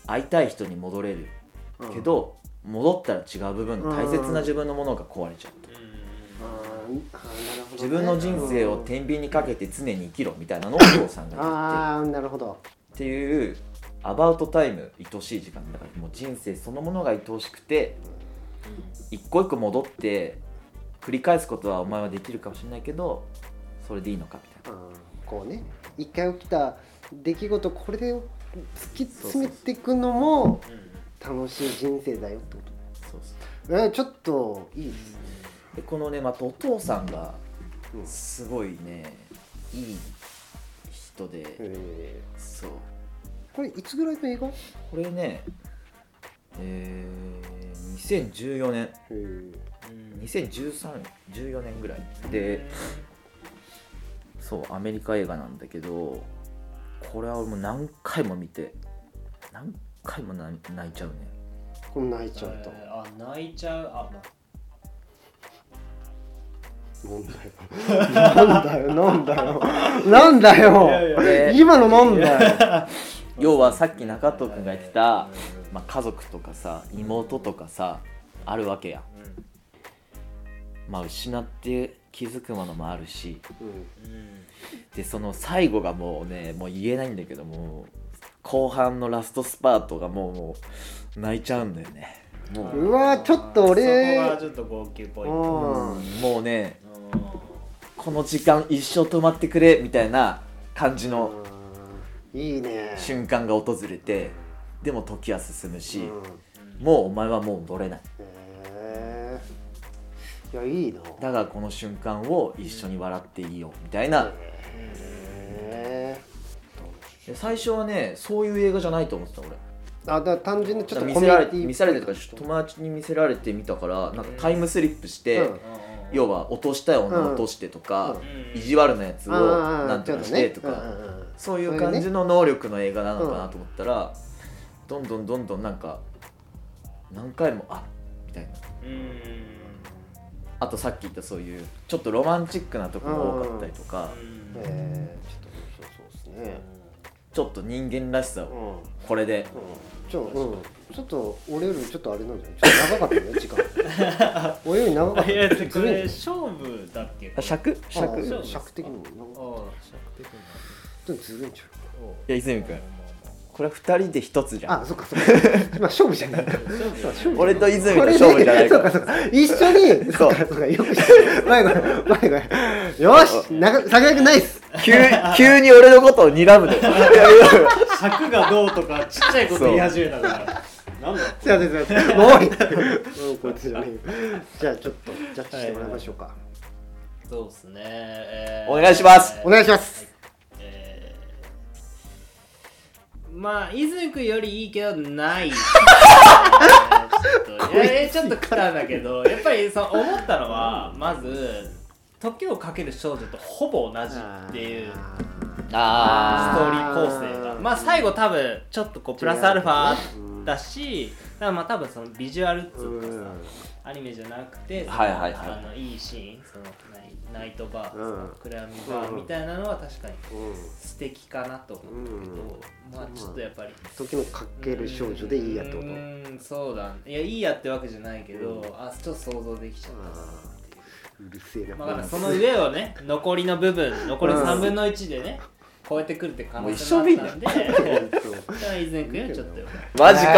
[SPEAKER 2] 会いたい人に戻れる
[SPEAKER 3] うん
[SPEAKER 2] けど、戻ったら違う部分の大切な自分のものが壊れちゃう、
[SPEAKER 3] あーあーなるほどね
[SPEAKER 2] 自分の人生を天秤にかけて常に生きろみたいなのをお父さんが言っ
[SPEAKER 3] ああなるほど
[SPEAKER 2] てっていうアバウトタイム愛しい時間だからもう人生そのものが愛おしくて一個一個戻って繰り返すことはお前はできるかもしれないけどそれでいいのかみたいな
[SPEAKER 3] あーこうね一回起きた出来事これで突き詰めていくのも
[SPEAKER 1] うんうん
[SPEAKER 3] 楽しい人生だよってこと
[SPEAKER 2] そうそう
[SPEAKER 3] えー、ちょっといいですね
[SPEAKER 2] でこのねまたお父さんが
[SPEAKER 3] うん
[SPEAKER 2] すごいねいい人で、
[SPEAKER 3] え
[SPEAKER 2] そう
[SPEAKER 3] ーこれいつぐらいの映画へ
[SPEAKER 2] これねえー、2014年
[SPEAKER 3] え
[SPEAKER 1] うん
[SPEAKER 2] 201314年ぐらいでそうアメリカ映画なんだけどこれは俺もう何回も見て何回もな泣いちゃうね
[SPEAKER 3] これ泣いちゃうと
[SPEAKER 1] えーあ泣いちゃうあま
[SPEAKER 3] なんだよなんだよなんだよなんだよ
[SPEAKER 2] いやいや
[SPEAKER 3] 今のなんだよ
[SPEAKER 2] 要はさっき中藤君が言ってた、まあ、家族とかさ妹とかさあるわけやまあ失って気づくものもあるし
[SPEAKER 1] うんうん
[SPEAKER 2] でその最後がもうねもう言えないんだけども後半のラストスパートがもうもう泣いちゃうんだよねもう,、
[SPEAKER 3] うわちょっと俺
[SPEAKER 1] そこがちょっと号泣ポイン
[SPEAKER 3] う
[SPEAKER 1] ト
[SPEAKER 3] ん
[SPEAKER 2] うんもうね
[SPEAKER 1] う
[SPEAKER 2] この時間一生止まってくれみたいな感じの
[SPEAKER 3] うんいいね
[SPEAKER 2] 瞬間が訪れてでも時は進むし、
[SPEAKER 3] うん
[SPEAKER 2] もうお前はもう戻れない
[SPEAKER 3] へえいやいいな
[SPEAKER 2] だがこの瞬間を一緒に笑っていいよみたいな
[SPEAKER 3] へえ
[SPEAKER 2] 最初はねそういう映画じゃないと思ってた俺
[SPEAKER 3] あだから単純にちょっと
[SPEAKER 2] 見
[SPEAKER 3] コ
[SPEAKER 2] せ
[SPEAKER 3] ミュニ
[SPEAKER 2] られ
[SPEAKER 3] ティ
[SPEAKER 2] 見せられてとか友達に見せられてみたからなんかタイムスリップして、
[SPEAKER 3] うん
[SPEAKER 1] ん
[SPEAKER 2] 要は落としたい女落としてとか、
[SPEAKER 1] うん
[SPEAKER 2] 意地悪なやつを
[SPEAKER 3] ああ
[SPEAKER 2] なんとかしてとか、
[SPEAKER 3] ちょっねうんうんうん
[SPEAKER 2] そういう感じの能力の映画なのかなと思ったら、どんどんどんどんなんか何回もあみたいな
[SPEAKER 1] うん
[SPEAKER 2] あとさっき言ったそういうちょっとロマンチックなとこが多かったりとか、
[SPEAKER 3] そういうねへえちょっと面白そうですね
[SPEAKER 2] ちょっと人間らしさ
[SPEAKER 3] う
[SPEAKER 2] を
[SPEAKER 3] んうん
[SPEAKER 2] これで、
[SPEAKER 3] ちょうんちょっと俺よりちょっとあれなんじゃないちょっと長かったね時間 俺より長かった
[SPEAKER 1] いや
[SPEAKER 3] ね
[SPEAKER 1] これ勝負だっけ
[SPEAKER 2] あ尺尺
[SPEAKER 1] そう
[SPEAKER 3] あ尺的にも長か
[SPEAKER 1] あ
[SPEAKER 3] っ
[SPEAKER 1] あ尺的な
[SPEAKER 3] たちょっとずるいんちゃ
[SPEAKER 1] おう
[SPEAKER 2] いや泉君これ二人で一つじゃ
[SPEAKER 3] うんあそっかそっか今勝負じゃないか
[SPEAKER 1] 勝負
[SPEAKER 2] 俺と泉
[SPEAKER 3] こ
[SPEAKER 2] の
[SPEAKER 3] れ
[SPEAKER 2] 勝負じゃない
[SPEAKER 3] で、
[SPEAKER 2] か
[SPEAKER 3] そうからそうか、一緒に、
[SPEAKER 2] そ
[SPEAKER 3] そううかそうか、よく知ってる、ごめんごめん、ごめんごめんよし、なか、桜くないっす。
[SPEAKER 2] 急急に俺のことを睨むで
[SPEAKER 1] 尺がどうとかちっちゃいこと言い始めたからなんだ
[SPEAKER 3] すいません、すいません、もういい。もうこいつじゃねえよじゃあ、ちょっと、ジャッジしてもらいましょうか。
[SPEAKER 1] そうですね、え
[SPEAKER 2] お願いします
[SPEAKER 3] お願いします。
[SPEAKER 1] えーまあ泉君よりいいけどない えーちょっといやいやちょっと来たんだけどやっぱりそう思ったのはまず時をかける少女とほぼ同じっていう
[SPEAKER 3] あ
[SPEAKER 1] ストー
[SPEAKER 2] あ
[SPEAKER 1] リー構成がまあ最後多分ちょっとこうプラスアルファだしだからまあ多分そのビジュアルっつ
[SPEAKER 3] ーう
[SPEAKER 1] うかさ
[SPEAKER 3] ん
[SPEAKER 1] アニメじゃなくて、
[SPEAKER 2] はいはいはい
[SPEAKER 1] そのあのいいシーンそのナイナイトバー、
[SPEAKER 3] うん
[SPEAKER 1] その暗闇バーみたいなのは確かに
[SPEAKER 3] うん
[SPEAKER 1] 素敵かなと思うけど、まあちょっとやっぱり。
[SPEAKER 3] 時のかける少女でいいやってこと
[SPEAKER 1] う。ーんそうだいやいいやってわけじゃないけど、
[SPEAKER 3] うん
[SPEAKER 1] あちょっと想像できちゃったなっていう
[SPEAKER 3] るせえな。
[SPEAKER 1] う、まあ、だからその上をね残りの部分残りの3分の1でね超えてくるって可能性もあったんで
[SPEAKER 3] 本
[SPEAKER 1] じゃあ以前くんよりちょっとよかった
[SPEAKER 2] マジ
[SPEAKER 3] 何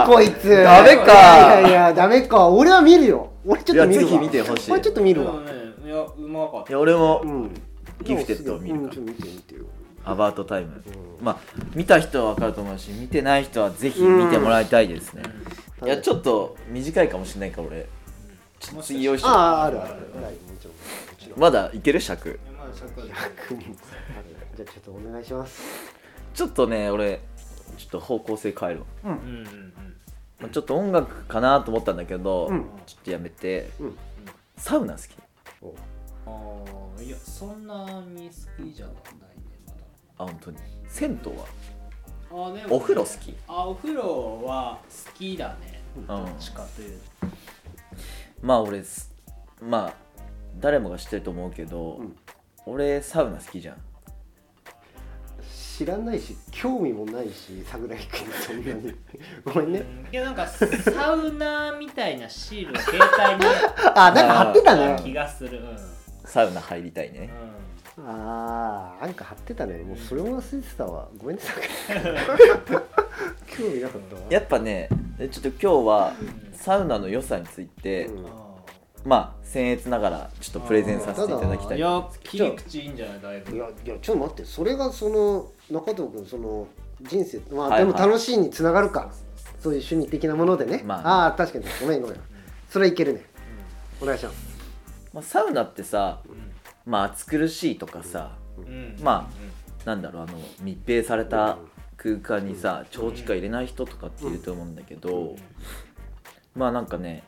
[SPEAKER 2] か
[SPEAKER 3] こいつ。
[SPEAKER 2] ダメか
[SPEAKER 3] いやいやいや、ダメか、俺は見るよ。俺ちょっと見るわ。
[SPEAKER 2] いやぜひ見てほしい
[SPEAKER 3] 俺ちょっと見
[SPEAKER 1] で
[SPEAKER 3] る
[SPEAKER 1] も
[SPEAKER 3] わ。
[SPEAKER 1] ねいやうまかっ
[SPEAKER 2] いや俺も
[SPEAKER 3] うん。
[SPEAKER 2] ギフテッドを見るか
[SPEAKER 3] うんちょっと見て見てよ。
[SPEAKER 2] アバウトタイム、まあ見た人は分かると思うし見てない人はぜひ見てもらいたいですね、いやちょっと短いかもしれないから俺ちょっと次用意して
[SPEAKER 3] あああるある。はいもちろんもちろん。
[SPEAKER 2] まだいける尺
[SPEAKER 1] たまだ尺は
[SPEAKER 3] じゃあちょっとお願いします。
[SPEAKER 2] ちょっとね俺ちょっと方向性変えるわ、
[SPEAKER 1] うんうんうん
[SPEAKER 2] まあちょっと音楽かなと思ったんだけど、
[SPEAKER 3] うん
[SPEAKER 2] ちょっとやめて、
[SPEAKER 3] うん
[SPEAKER 2] サウナ好き
[SPEAKER 1] ああいやそんなに好きじゃないねまだ
[SPEAKER 2] あ本当に銭湯は
[SPEAKER 1] あでもね
[SPEAKER 2] お風呂好き
[SPEAKER 1] あお風呂は好きだねどっちかというと
[SPEAKER 2] まあ俺すまあ誰もが知ってると思うけど、
[SPEAKER 3] うん
[SPEAKER 2] 俺サウナ好きじゃん
[SPEAKER 3] 知らないし興味もないし桜井君そんな に。ごめんね。
[SPEAKER 1] いやなんかサウナーみたいなシールを携帯に
[SPEAKER 3] あなんか貼ってた
[SPEAKER 1] 気
[SPEAKER 3] ね。
[SPEAKER 1] がするうん、うん、
[SPEAKER 2] サウナ入りたいね
[SPEAKER 3] ああなんか貼ってたね。もうそれも忘れてたわ。ごめんね 桜井君。興味なかったわ。
[SPEAKER 2] やっぱねでちょっと今日はサウナの良さについて、
[SPEAKER 3] うん
[SPEAKER 2] まあ僭越ながらちょっとプレゼンさせていただきた
[SPEAKER 1] い
[SPEAKER 2] い
[SPEAKER 1] や切り口いいんじゃないだい
[SPEAKER 3] い
[SPEAKER 1] ぶ
[SPEAKER 3] やいやちょっと待ってそれがその中藤君その人生まあ
[SPEAKER 2] は
[SPEAKER 3] で
[SPEAKER 2] いは
[SPEAKER 3] も
[SPEAKER 2] い
[SPEAKER 3] 楽しいにつながるか、そういう趣味的なものでね、
[SPEAKER 2] まあね
[SPEAKER 3] ああ確かにごめんごめんそれはいけるねお願いします
[SPEAKER 2] まあ、サウナってさ、
[SPEAKER 1] ん
[SPEAKER 2] まあ暑苦しいとかさ、
[SPEAKER 1] うん
[SPEAKER 2] まなんだろうあの密閉された空間にさ長時間入れない人とかっていると思うんだけど、まあなんかね、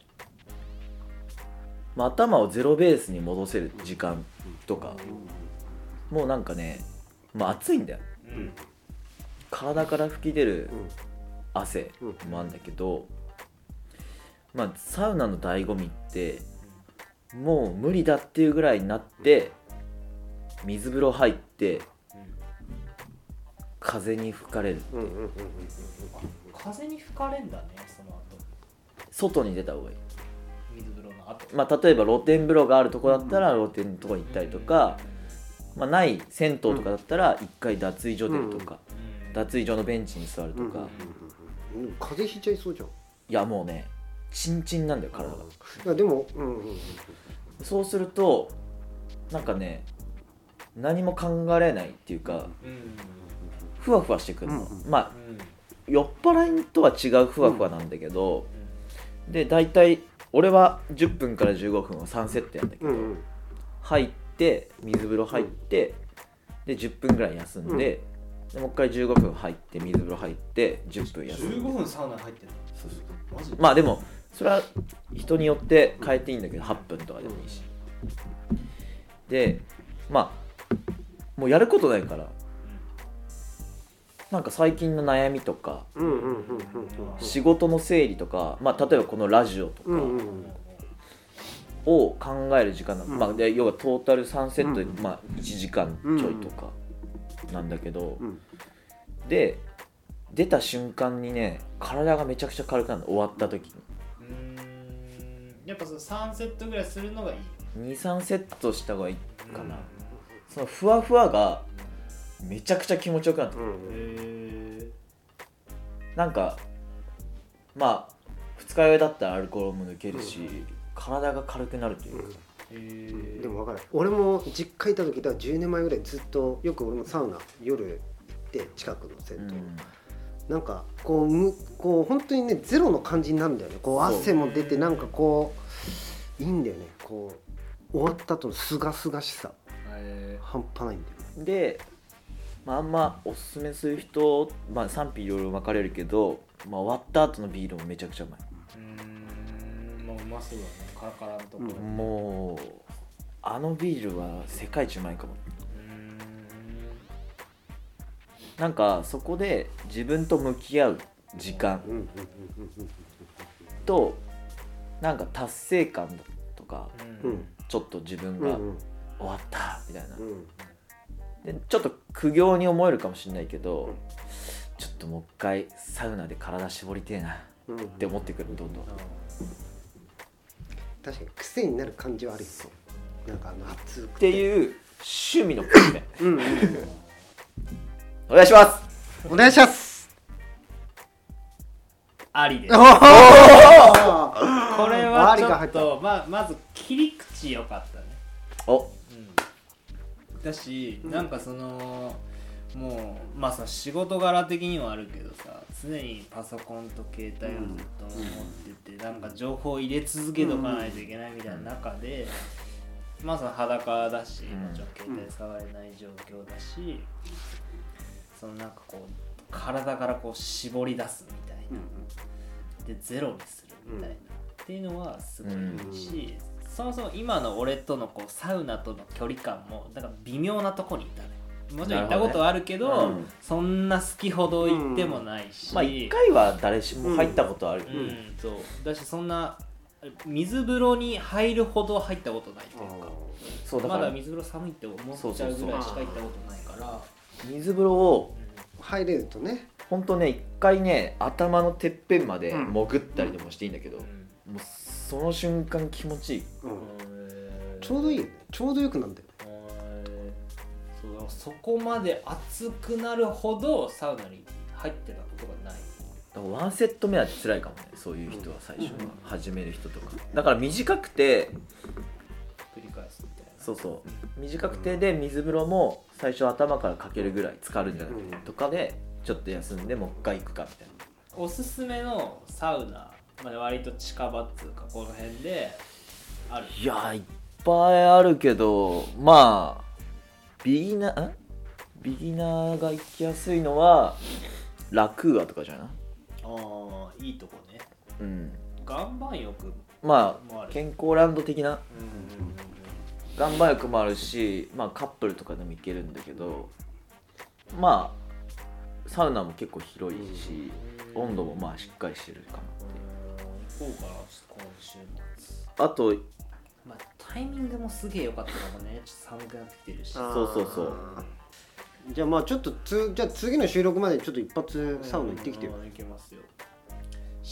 [SPEAKER 2] まあ、頭をゼロベースに戻せる時間とかもうなんかね、まあ、暑いんだよ
[SPEAKER 1] うんうん
[SPEAKER 2] 体から吹き出る
[SPEAKER 3] うん
[SPEAKER 2] 汗もあるんだけど、まあ、サウナの醍醐味ってもう無理だっていうぐらいになって水風呂入って風に吹かれる
[SPEAKER 3] うんうんうんうん
[SPEAKER 1] 風に吹かれんだねその後
[SPEAKER 2] 外に出た方がいい、
[SPEAKER 1] 水風呂の後
[SPEAKER 2] まあ、例えば露天風呂があるとこだったら露天のとこ行ったりとか、まあ、ない銭湯とかだったら一回脱衣所出るとか、
[SPEAKER 1] うん
[SPEAKER 2] 脱衣所のベンチに座る
[SPEAKER 3] う
[SPEAKER 2] と
[SPEAKER 3] んうん
[SPEAKER 2] か、い
[SPEAKER 3] うんうん風邪ひいちゃいそうじゃん
[SPEAKER 2] やもうねチンチンなんだよ体が、
[SPEAKER 3] いやでもうんうんうんうん
[SPEAKER 2] そうするとなんかね何も考えられないっていうか
[SPEAKER 1] うん
[SPEAKER 2] ふわふわしてくるの、
[SPEAKER 3] うん
[SPEAKER 2] まあ
[SPEAKER 1] うん
[SPEAKER 2] 酔っ払いとは違うふわふわなんだけど、で大体俺は10分から15分を3セットやんだけど、
[SPEAKER 3] うんうん
[SPEAKER 2] 入って水風呂入って、で10分ぐらい休んで,、でもう一回15分入って水風呂入って10分休
[SPEAKER 1] 15
[SPEAKER 2] んで
[SPEAKER 1] 分サウナ入ってる
[SPEAKER 2] そうそう
[SPEAKER 1] マジ
[SPEAKER 2] まあでもそれは人によって変えていいんだけど8分とかでもいいしでまあもうやることないからなんか最近の悩みとか
[SPEAKER 3] うんうんうんうんうん
[SPEAKER 2] 仕事の整理とか、まあ、例えばこのラジオとか
[SPEAKER 3] うんうんう
[SPEAKER 1] うん
[SPEAKER 3] ん
[SPEAKER 2] を考える時間な、
[SPEAKER 3] うん
[SPEAKER 2] まあ、で要はトータル3セットで、
[SPEAKER 3] うん
[SPEAKER 2] まあ、1時間ちょいとかなんだけど、
[SPEAKER 3] うん
[SPEAKER 2] で出た瞬間にね体がめちゃくちゃ軽くなるの終わった時
[SPEAKER 1] うんやっぱその3セットぐらいするのがいい
[SPEAKER 2] に23セットした方がいいかな、
[SPEAKER 1] うん
[SPEAKER 2] そのふわふわがめちゃくちゃ気持ちよくなって
[SPEAKER 3] うんうん
[SPEAKER 1] へ
[SPEAKER 2] なんかまあ二日酔いだったらアルコールも抜けるし、体が軽くなるというか、
[SPEAKER 1] え
[SPEAKER 3] でも分かる俺も実家いた時だから10年前ぐらいずっとよく俺もサウナ夜行って近くの銭
[SPEAKER 2] う
[SPEAKER 3] 湯、
[SPEAKER 2] ん
[SPEAKER 3] なんかこうむこう本当にねゼロの感じになるんだよねこう
[SPEAKER 2] そう
[SPEAKER 3] 汗も出てなんかこういいんだよねこう終わった後のすがすがしさ
[SPEAKER 1] え
[SPEAKER 3] 半端ないんだよね
[SPEAKER 2] で、まあ、あんまおすすめする人、まあ、賛否いろいろ分かれるけど、まあ、終わった後のビールもめちゃくちゃうまい
[SPEAKER 1] うんまあうまそうだねカラカラのところ
[SPEAKER 3] うん
[SPEAKER 2] もうあのビールは世界一うまいかもなんかそこで自分と向き合う時間
[SPEAKER 3] うんうんうん
[SPEAKER 2] となんか達成感とか
[SPEAKER 1] う
[SPEAKER 3] うんん
[SPEAKER 2] ちょっと自分
[SPEAKER 3] うんうん
[SPEAKER 2] が
[SPEAKER 3] うん
[SPEAKER 2] 終わったみたいな
[SPEAKER 3] うん
[SPEAKER 2] でちょっと苦行に思えるかもしれないけ
[SPEAKER 3] う
[SPEAKER 2] ど
[SPEAKER 3] ん
[SPEAKER 2] ちょっともう一回サウナで体絞りてえなっ
[SPEAKER 3] うんうん
[SPEAKER 2] て思ってくるどんどん
[SPEAKER 3] 確かに癖になる感じはあるよなんかあの熱く
[SPEAKER 2] っていう趣味の訓練
[SPEAKER 3] うんうんうん
[SPEAKER 2] お願いします
[SPEAKER 3] お願いします
[SPEAKER 1] ありです
[SPEAKER 3] おお
[SPEAKER 1] これはちょっとまあまず切り口良かったね、
[SPEAKER 2] お
[SPEAKER 1] うん、だしなんかそのもうまあさ仕事柄的にはあるけどさ常にパソコンと携帯をずっと持ってて、なんか情報を入れ続けとかないといけないみたいな中で、まあその裸だし
[SPEAKER 2] ん
[SPEAKER 1] もちろん携帯触れない状況だし、そのなんかこう体からこう絞り出すみたいな。でゼロにするみたいな、っていうのはすごいいいし、そもそも今の俺とのこうサウナとの距離感もなんか微妙なとこにいたねもちろん行ったことはあるけど
[SPEAKER 2] なるほどねうん
[SPEAKER 1] そんな好きほど行ってもないし、
[SPEAKER 2] まあ一回は誰しも入ったことある、
[SPEAKER 1] うん、そうだしそんな水風呂に入るほど入ったことないというか
[SPEAKER 2] そうだか
[SPEAKER 1] まだ
[SPEAKER 2] ら
[SPEAKER 1] 水風呂寒いって思っちゃうぐらいしか行ったことないから
[SPEAKER 2] 水風呂を
[SPEAKER 3] 入れるとね
[SPEAKER 2] ほんとね一回ね頭のてっぺんまで
[SPEAKER 3] うん
[SPEAKER 2] 潜ったりでもしていいんだけど、
[SPEAKER 1] うん
[SPEAKER 2] もうその瞬間気持ちいい
[SPEAKER 3] うん
[SPEAKER 1] うん
[SPEAKER 3] ちょうどいいよねちょうどよくなんだよね
[SPEAKER 1] えーそうだからそこまで熱くなるほどサウナに入ってたことがない
[SPEAKER 2] だからワンセット目は辛いかもねそういう人は最初は、始める人とかだから短くて
[SPEAKER 1] 繰り返すみたいな
[SPEAKER 2] そうそう短くてで水風呂も最初頭からかけるぐらい浸かるんじゃなくて、
[SPEAKER 3] うん
[SPEAKER 2] とかでちょっと休んでもう一回行くかみたいな
[SPEAKER 1] おすすめのサウナ、まあ、割と近場っつうかこの辺である
[SPEAKER 2] いやーいっぱいあるけどまあビギナーんビギナーが行きやすいのはラクーアとかじゃない
[SPEAKER 1] ああいいとこね
[SPEAKER 2] うん
[SPEAKER 1] 岩盤浴
[SPEAKER 2] ま
[SPEAKER 1] もあ
[SPEAKER 2] あ
[SPEAKER 1] る
[SPEAKER 2] 健康ランド的な
[SPEAKER 1] うん
[SPEAKER 2] 岩盤浴もあるしまあカップルとかでも行けるんだけどまあサウナも結構広いし温度もまあしっかりしてるかな
[SPEAKER 1] うんこうかな今週末
[SPEAKER 2] あと
[SPEAKER 1] まあタイミングもすげえ良かったかもねちょっと寒くなってきてるし
[SPEAKER 2] ーそうそうそう
[SPEAKER 3] じゃあまあちょっとつじゃあ次の収録までちょっと一発サウナ行ってきてよ
[SPEAKER 1] うん行きますよ
[SPEAKER 3] ちょ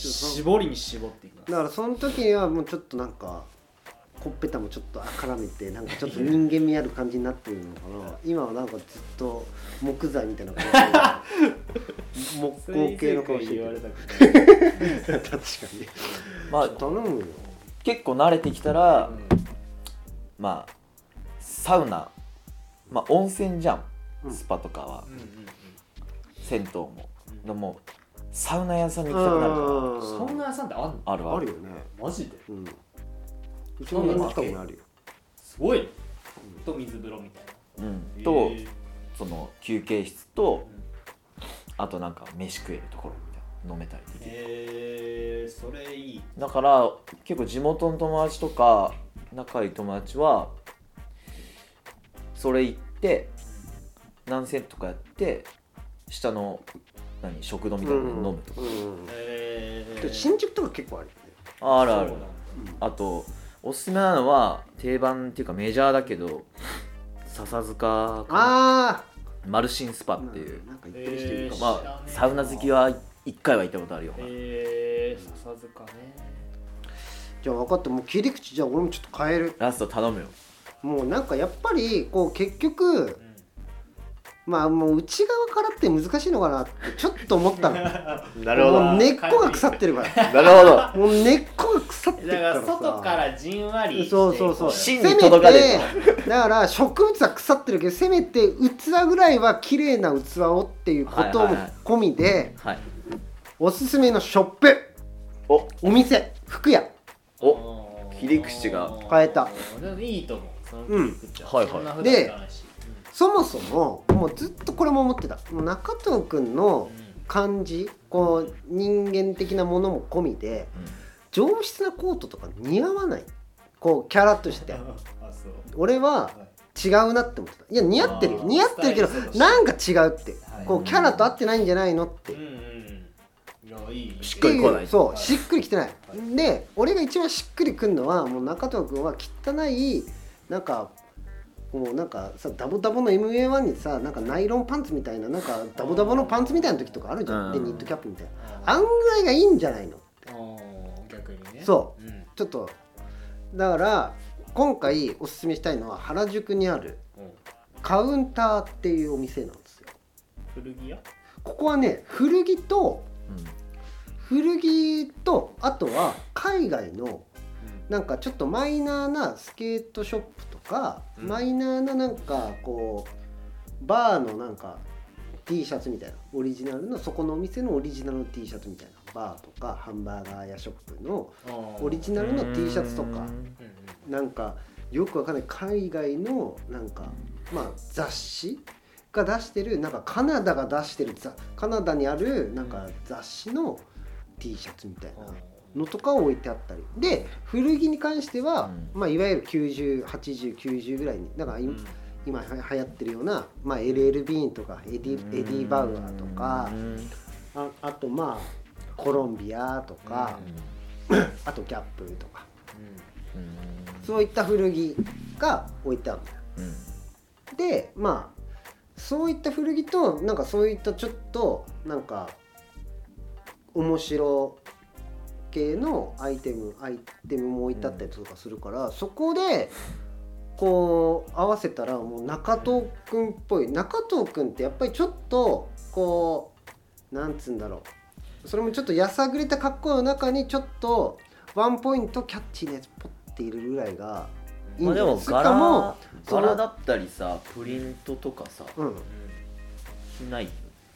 [SPEAKER 3] っとそ
[SPEAKER 1] 絞りに絞っていきます
[SPEAKER 3] だからその時はもうちょっとなんかほっぺたもちょっと絡めてなんかちょっと人間味ある感じになってるのかな今はなんかずっと木材みたいな感じ木工系の顔して
[SPEAKER 1] 言われ
[SPEAKER 3] る
[SPEAKER 1] たくない、
[SPEAKER 3] けど確かに
[SPEAKER 2] まあ
[SPEAKER 3] 頼むよ
[SPEAKER 2] 結構慣れてきたら、
[SPEAKER 1] う
[SPEAKER 2] まあサウナまあ温泉じゃ
[SPEAKER 3] うんん
[SPEAKER 2] スパとかは、
[SPEAKER 1] んうんうん
[SPEAKER 2] 銭湯も、
[SPEAKER 1] うん
[SPEAKER 2] でもサウナ屋さんに行きたくなるじゃん
[SPEAKER 1] うん、そんな屋さんってあんの
[SPEAKER 2] あるあ
[SPEAKER 3] あ
[SPEAKER 2] る
[SPEAKER 3] るよね
[SPEAKER 1] マジで
[SPEAKER 3] うんうちの中近くにあるよ
[SPEAKER 1] すごいねと水風呂みたいな
[SPEAKER 2] うん、と、
[SPEAKER 1] えー
[SPEAKER 2] その休憩室と
[SPEAKER 1] うん
[SPEAKER 2] あとなんか飯食えるところみたいな飲めたりできる
[SPEAKER 1] えー、それいい
[SPEAKER 2] だから結構地元の友達とか仲いい友達はそれ行って何セットかやって下の何食堂みたいなので飲むとか、
[SPEAKER 3] うんうん
[SPEAKER 1] え
[SPEAKER 3] で新宿とか結構あるよね
[SPEAKER 2] あるある
[SPEAKER 1] そうなんだ
[SPEAKER 2] あとおすすめなのは定番っていうかメジャーだけど笹塚かな
[SPEAKER 3] あ
[SPEAKER 2] マルシンスパ
[SPEAKER 3] あ
[SPEAKER 2] っていう、
[SPEAKER 3] なんか言ってる人いるか
[SPEAKER 1] うん
[SPEAKER 3] も、
[SPEAKER 2] ま
[SPEAKER 1] 知らね
[SPEAKER 2] あ
[SPEAKER 1] えな
[SPEAKER 2] サウナ好きは1回は行ったことあるよ、
[SPEAKER 1] えー、笹塚ね
[SPEAKER 3] じゃあ分かったもう切り口じゃあ俺もちょっと変える
[SPEAKER 2] ラスト頼むよ
[SPEAKER 3] もうなんかやっぱりこう結局
[SPEAKER 1] うん
[SPEAKER 3] まあもう内側からって難しいのかなってちょっと思った の
[SPEAKER 2] な
[SPEAKER 3] もう根っこが腐ってる から
[SPEAKER 2] なるほど
[SPEAKER 3] もう根っこが腐ってるか
[SPEAKER 1] だからら
[SPEAKER 3] さ
[SPEAKER 1] 外からじんわりしていこ
[SPEAKER 3] そうそうそう
[SPEAKER 2] 芯に届かね
[SPEAKER 3] せめてだから植物は腐ってるけどせめて器ぐらいは綺麗な器をっていうことも込みで、
[SPEAKER 2] はい
[SPEAKER 3] おすすめのショップ
[SPEAKER 2] お
[SPEAKER 3] お店服屋
[SPEAKER 2] お
[SPEAKER 1] うん
[SPEAKER 2] 切り口が
[SPEAKER 3] 変えた
[SPEAKER 1] でもいいと思うその切り口は、
[SPEAKER 2] うんはいはい
[SPEAKER 1] そんな普段行かないし
[SPEAKER 3] そもそももうずっとこれも思ってたもう中藤君
[SPEAKER 1] う
[SPEAKER 3] の
[SPEAKER 1] ん
[SPEAKER 3] 感じこう人間的なものも込みで上質なコートとか似合わないこうキャラとして
[SPEAKER 1] あそう
[SPEAKER 3] 俺は
[SPEAKER 1] はい
[SPEAKER 3] 違うなって思ってたいや似合ってる
[SPEAKER 1] あ
[SPEAKER 3] よ
[SPEAKER 1] ー
[SPEAKER 3] 似合ってるけど
[SPEAKER 1] スタイリストとして
[SPEAKER 3] なんか違うって
[SPEAKER 1] はい
[SPEAKER 3] こうキャラと合ってないんじゃないのっ
[SPEAKER 1] う
[SPEAKER 3] て
[SPEAKER 1] んうんいやいい
[SPEAKER 2] しっ
[SPEAKER 3] って
[SPEAKER 2] く
[SPEAKER 3] い
[SPEAKER 2] りこな
[SPEAKER 3] う
[SPEAKER 2] い
[SPEAKER 3] そ
[SPEAKER 1] は
[SPEAKER 3] う
[SPEAKER 1] い
[SPEAKER 3] しっくりきてない
[SPEAKER 1] はい
[SPEAKER 3] で俺が一番しっくりくんのはもう中藤君は汚いなんかもうなんかさダボダボの MA1 にさなんかナイロンパンツみたいななんかダボダボのパンツみたいな時とかあるじゃんで
[SPEAKER 2] うん
[SPEAKER 3] ニットキャップみたいなあ
[SPEAKER 1] あ
[SPEAKER 3] ん
[SPEAKER 1] ん
[SPEAKER 3] ぐらいがいいんじゃないの
[SPEAKER 1] 逆にね、
[SPEAKER 3] そう
[SPEAKER 1] うん
[SPEAKER 3] ちょっとだから今回おすすめしたいのは原宿にある
[SPEAKER 1] うん
[SPEAKER 3] カウンターっていうお店なんですよ
[SPEAKER 1] 古着屋
[SPEAKER 3] ここはね古着と古着とあとは海外のなんかちょっとマイナーなスケートショップとか、
[SPEAKER 1] うん
[SPEAKER 3] マイナーななんかこうバーのなんか T シャツみたいなオリジナルのそこのお店のオリジナルの T シャツみたいなバーとかハンバーガーやショップのオリジナルの T シャツとか
[SPEAKER 1] うんうん
[SPEAKER 3] なんかよくわかんない海外のなんかまあ雑誌が出してるなんかカナダが出してるざカナダにあるなんか雑誌の T シャツみたいなのとかを置いてあったりで古着に関しては、
[SPEAKER 2] う
[SPEAKER 3] まあ、いわゆる908090ぐらいにだから今,、
[SPEAKER 1] うん
[SPEAKER 3] 今は流行ってるような、まあ、LL ビーンとかエディエディ・バウアーとか
[SPEAKER 2] うん
[SPEAKER 3] ああとまあコロンビアとか、
[SPEAKER 1] うん
[SPEAKER 3] あとギャップとか
[SPEAKER 2] うん
[SPEAKER 3] そういった古着が置いてあるんだよ
[SPEAKER 2] うん
[SPEAKER 3] でまあそういった古着となんかそういったちょっとなんか面白系のアイテムアイテムも置いてあったりとかするから、そこでこう合わせたらもう中藤君っぽい中藤君ってやっぱりちょっとこうなんつうんだろうそれもちょっとやさぐれた格好の中にちょっとワンポイントキャッチーなやつポッて入れるぐらいがいいん
[SPEAKER 2] まあ
[SPEAKER 3] じ
[SPEAKER 2] で
[SPEAKER 3] ゃない
[SPEAKER 2] も
[SPEAKER 3] しかも
[SPEAKER 2] 柄
[SPEAKER 3] その
[SPEAKER 2] 柄だったりさプリントとかさ
[SPEAKER 3] うん
[SPEAKER 2] しないよ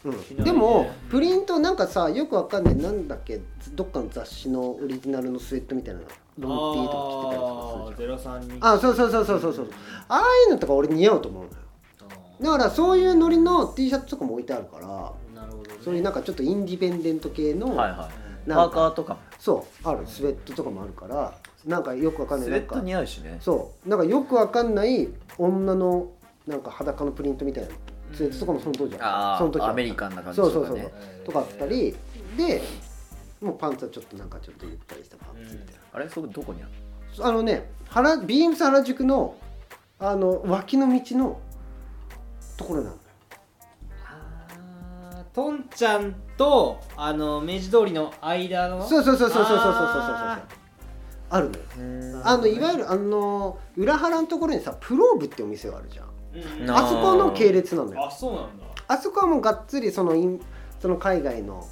[SPEAKER 3] うん、でもプリントなんかさよくわかんないなんだっけどっかの雑誌のオリジナルのスウェットみたいなロンティーとか着てたりとかするじ
[SPEAKER 1] ゼロ三に
[SPEAKER 3] ゃんあそうそうそうそうそうそうああいうのとか俺似合うと思うのよだからそういうノリの T シャツとかも置いてあるから
[SPEAKER 1] なるほどね
[SPEAKER 3] そういうなんかちょっとインディペンデント系の、
[SPEAKER 2] はいは
[SPEAKER 1] う
[SPEAKER 2] い
[SPEAKER 3] なんか
[SPEAKER 2] パーカーとかも
[SPEAKER 3] そうあるスウェットとかもあるからなんかよくわかんな
[SPEAKER 2] ス
[SPEAKER 3] い
[SPEAKER 2] ウ
[SPEAKER 3] な
[SPEAKER 2] ェ
[SPEAKER 3] ん
[SPEAKER 2] ット
[SPEAKER 3] か
[SPEAKER 2] 似合うしね
[SPEAKER 3] そうなんかよくわかんない女のなんか裸のプリントみたいなスウェットとかもその当時あった
[SPEAKER 2] あ
[SPEAKER 3] その時
[SPEAKER 2] あ
[SPEAKER 3] は
[SPEAKER 2] アメリカンな感じと
[SPEAKER 3] そう
[SPEAKER 2] か
[SPEAKER 3] そうそう
[SPEAKER 2] ね
[SPEAKER 3] とかあったりでもうパンツはちょっとなんかちょっとゆったりしたパンツみたい
[SPEAKER 2] あれそれどこにある
[SPEAKER 3] な、あのね原ビームス原宿のあの脇の道のところなんだよ
[SPEAKER 1] あーとんちゃんとあの明治通りの間の
[SPEAKER 3] そうそうそうそうそうそうそうそうそう
[SPEAKER 1] あ
[SPEAKER 3] あるのよ
[SPEAKER 2] の
[SPEAKER 3] あのいわゆるあの裏原のところにさプローブってお店があるじゃん
[SPEAKER 1] うん
[SPEAKER 2] な
[SPEAKER 1] あ
[SPEAKER 3] あそこの系列なのよ
[SPEAKER 1] そうなんだ
[SPEAKER 3] あそこはもうがっつりそのインその海外の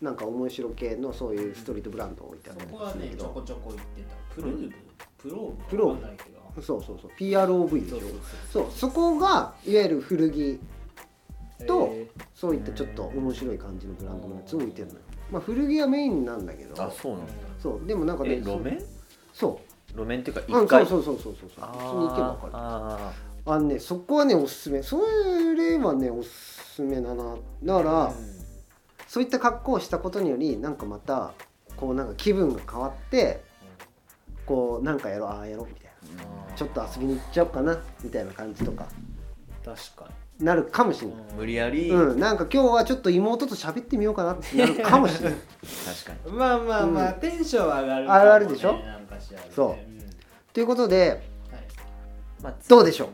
[SPEAKER 3] なんか面白系のそういうストリートブランドを置いてある
[SPEAKER 1] そ
[SPEAKER 3] ん
[SPEAKER 1] こは
[SPEAKER 3] で
[SPEAKER 1] ね
[SPEAKER 3] すけ
[SPEAKER 1] ちょこ
[SPEAKER 3] ど
[SPEAKER 1] ちょこ行ってたプローブプローブ
[SPEAKER 3] プローブ
[SPEAKER 1] わかんないけど
[SPEAKER 3] そうそうそう PROV でし
[SPEAKER 1] そ
[SPEAKER 3] ょ
[SPEAKER 1] うそう
[SPEAKER 3] そうそこがいわゆる古着
[SPEAKER 1] そう
[SPEAKER 3] と
[SPEAKER 1] へ
[SPEAKER 3] そういったちょっと面白い感じのブランドのやつを置いてるのよ、まあ、古着がメインなんだけど
[SPEAKER 2] あそう
[SPEAKER 1] ー
[SPEAKER 2] なんだ
[SPEAKER 3] そうでもなんかね
[SPEAKER 2] え路面
[SPEAKER 3] そ
[SPEAKER 2] 路面っていうか
[SPEAKER 3] う、う
[SPEAKER 2] 一
[SPEAKER 3] ん、そ
[SPEAKER 2] 階
[SPEAKER 3] うそうそうそうそうそう普通に行けば分かる
[SPEAKER 2] あ
[SPEAKER 3] あのねそこはねおすすめそれはねおすすめだなだから、
[SPEAKER 1] うん
[SPEAKER 3] そういった格好をしたことによりなんかまたこうなんか気分が変わってこうなんかやろうああやろうみたい
[SPEAKER 2] ーあ
[SPEAKER 3] なちょっと遊びに行っちゃおうかなみたいな感じとか
[SPEAKER 1] 確か
[SPEAKER 3] なるかもしれ
[SPEAKER 1] に
[SPEAKER 3] ない、
[SPEAKER 2] ー無理やり、
[SPEAKER 3] うん、なんか今日はちょっと妹と喋ってみようかなってなるかもしれない
[SPEAKER 2] 確かに
[SPEAKER 1] まあまあまあテンション上がるかもね
[SPEAKER 3] 上がるでしょ
[SPEAKER 1] なんかしらね
[SPEAKER 3] そうんということで
[SPEAKER 1] はい
[SPEAKER 2] まあ
[SPEAKER 3] どうでしょう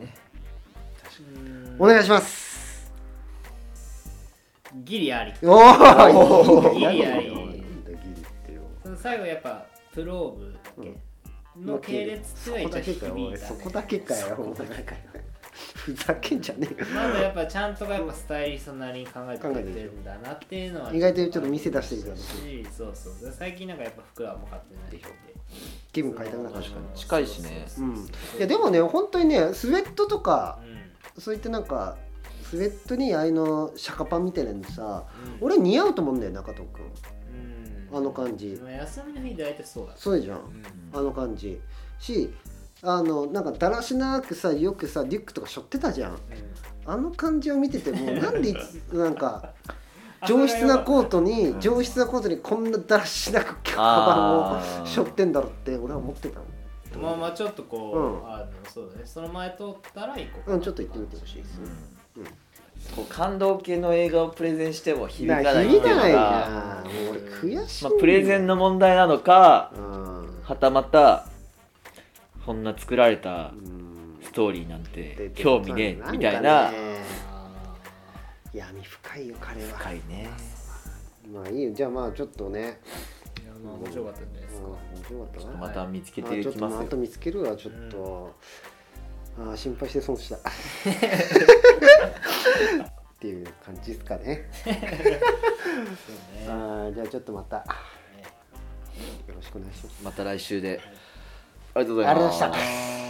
[SPEAKER 3] お願いします
[SPEAKER 1] ギリあり
[SPEAKER 3] おお
[SPEAKER 1] いいやいいや最後やっぱプローブだっけの系列っていうのは一応響いたね
[SPEAKER 3] そこだけかよおいそこだけかよふざけんじゃねえよ
[SPEAKER 1] まだやっぱちゃんとやっぱスタイリストなりに考えてくれてるんだなっていうのは
[SPEAKER 3] 意外とちょっと見せ出してるからね
[SPEAKER 1] そうそうそう最近なんかやっぱ服はもう買ってないし
[SPEAKER 3] 気分変えたくなった
[SPEAKER 2] 確かに近いしね
[SPEAKER 3] うんいやでもね本当にねスウェットとか
[SPEAKER 1] うん
[SPEAKER 3] そういったなんかスウェットにああいうのシャカパンみたいなのさ
[SPEAKER 1] うん
[SPEAKER 3] 俺似合うと思うんだよ中藤君
[SPEAKER 1] うん
[SPEAKER 3] あの感じ
[SPEAKER 1] まあ休みの日大体そうだ
[SPEAKER 3] そうじゃんあの感じしあのなんかだらしなくさよくさリュックとか背負ってたじゃんあの感じを見てて もうなんでいつなんか上質なコートに
[SPEAKER 2] うん
[SPEAKER 3] 上質なコートにこんなだらしなくカバ
[SPEAKER 2] あ
[SPEAKER 3] ンを
[SPEAKER 2] ー
[SPEAKER 3] 背負ってんだろうって俺は思ってたの
[SPEAKER 1] まあまあちょっとこう、
[SPEAKER 3] うん
[SPEAKER 1] あのそうだねその前通ったら行こうかな
[SPEAKER 3] うんちょっと行ってみてほしいです
[SPEAKER 2] う
[SPEAKER 3] ね
[SPEAKER 2] ん
[SPEAKER 3] うん
[SPEAKER 2] こう感動系の映画をプレゼンしても響か
[SPEAKER 3] な
[SPEAKER 2] ない
[SPEAKER 3] 響かないじゃ
[SPEAKER 1] う
[SPEAKER 3] ん
[SPEAKER 1] ん
[SPEAKER 3] もう俺悔しい
[SPEAKER 2] ま
[SPEAKER 3] んだよ
[SPEAKER 2] あ、プレゼンの問題なのか
[SPEAKER 3] うん
[SPEAKER 2] はたまたこんな作られた
[SPEAKER 3] うん
[SPEAKER 2] ストーリーなんて興味ねえみたいな
[SPEAKER 3] か
[SPEAKER 2] ん
[SPEAKER 3] ね
[SPEAKER 1] あ
[SPEAKER 3] 闇深いよ彼は
[SPEAKER 2] 深いね
[SPEAKER 3] まあいいよじゃあまあちょっとね、
[SPEAKER 1] ーいやまあ面白かったんじゃないで
[SPEAKER 3] う
[SPEAKER 1] す
[SPEAKER 3] ん、
[SPEAKER 1] か、
[SPEAKER 3] 面白かったな
[SPEAKER 2] また見つけ
[SPEAKER 3] あ
[SPEAKER 2] てい
[SPEAKER 3] ちょっ
[SPEAKER 2] き
[SPEAKER 3] と
[SPEAKER 2] ます
[SPEAKER 3] ま
[SPEAKER 2] よ
[SPEAKER 3] た見つけるわちょっと、あー心配して損 したっていう感じですかね
[SPEAKER 1] そう
[SPEAKER 3] あ
[SPEAKER 1] ね
[SPEAKER 3] ーじゃあちょっとまたよろしくお願いします
[SPEAKER 2] また来週でありがとうご
[SPEAKER 3] あ
[SPEAKER 2] ざい
[SPEAKER 3] りがとう
[SPEAKER 2] ま
[SPEAKER 3] ご
[SPEAKER 2] し
[SPEAKER 3] ざい
[SPEAKER 2] た
[SPEAKER 3] ました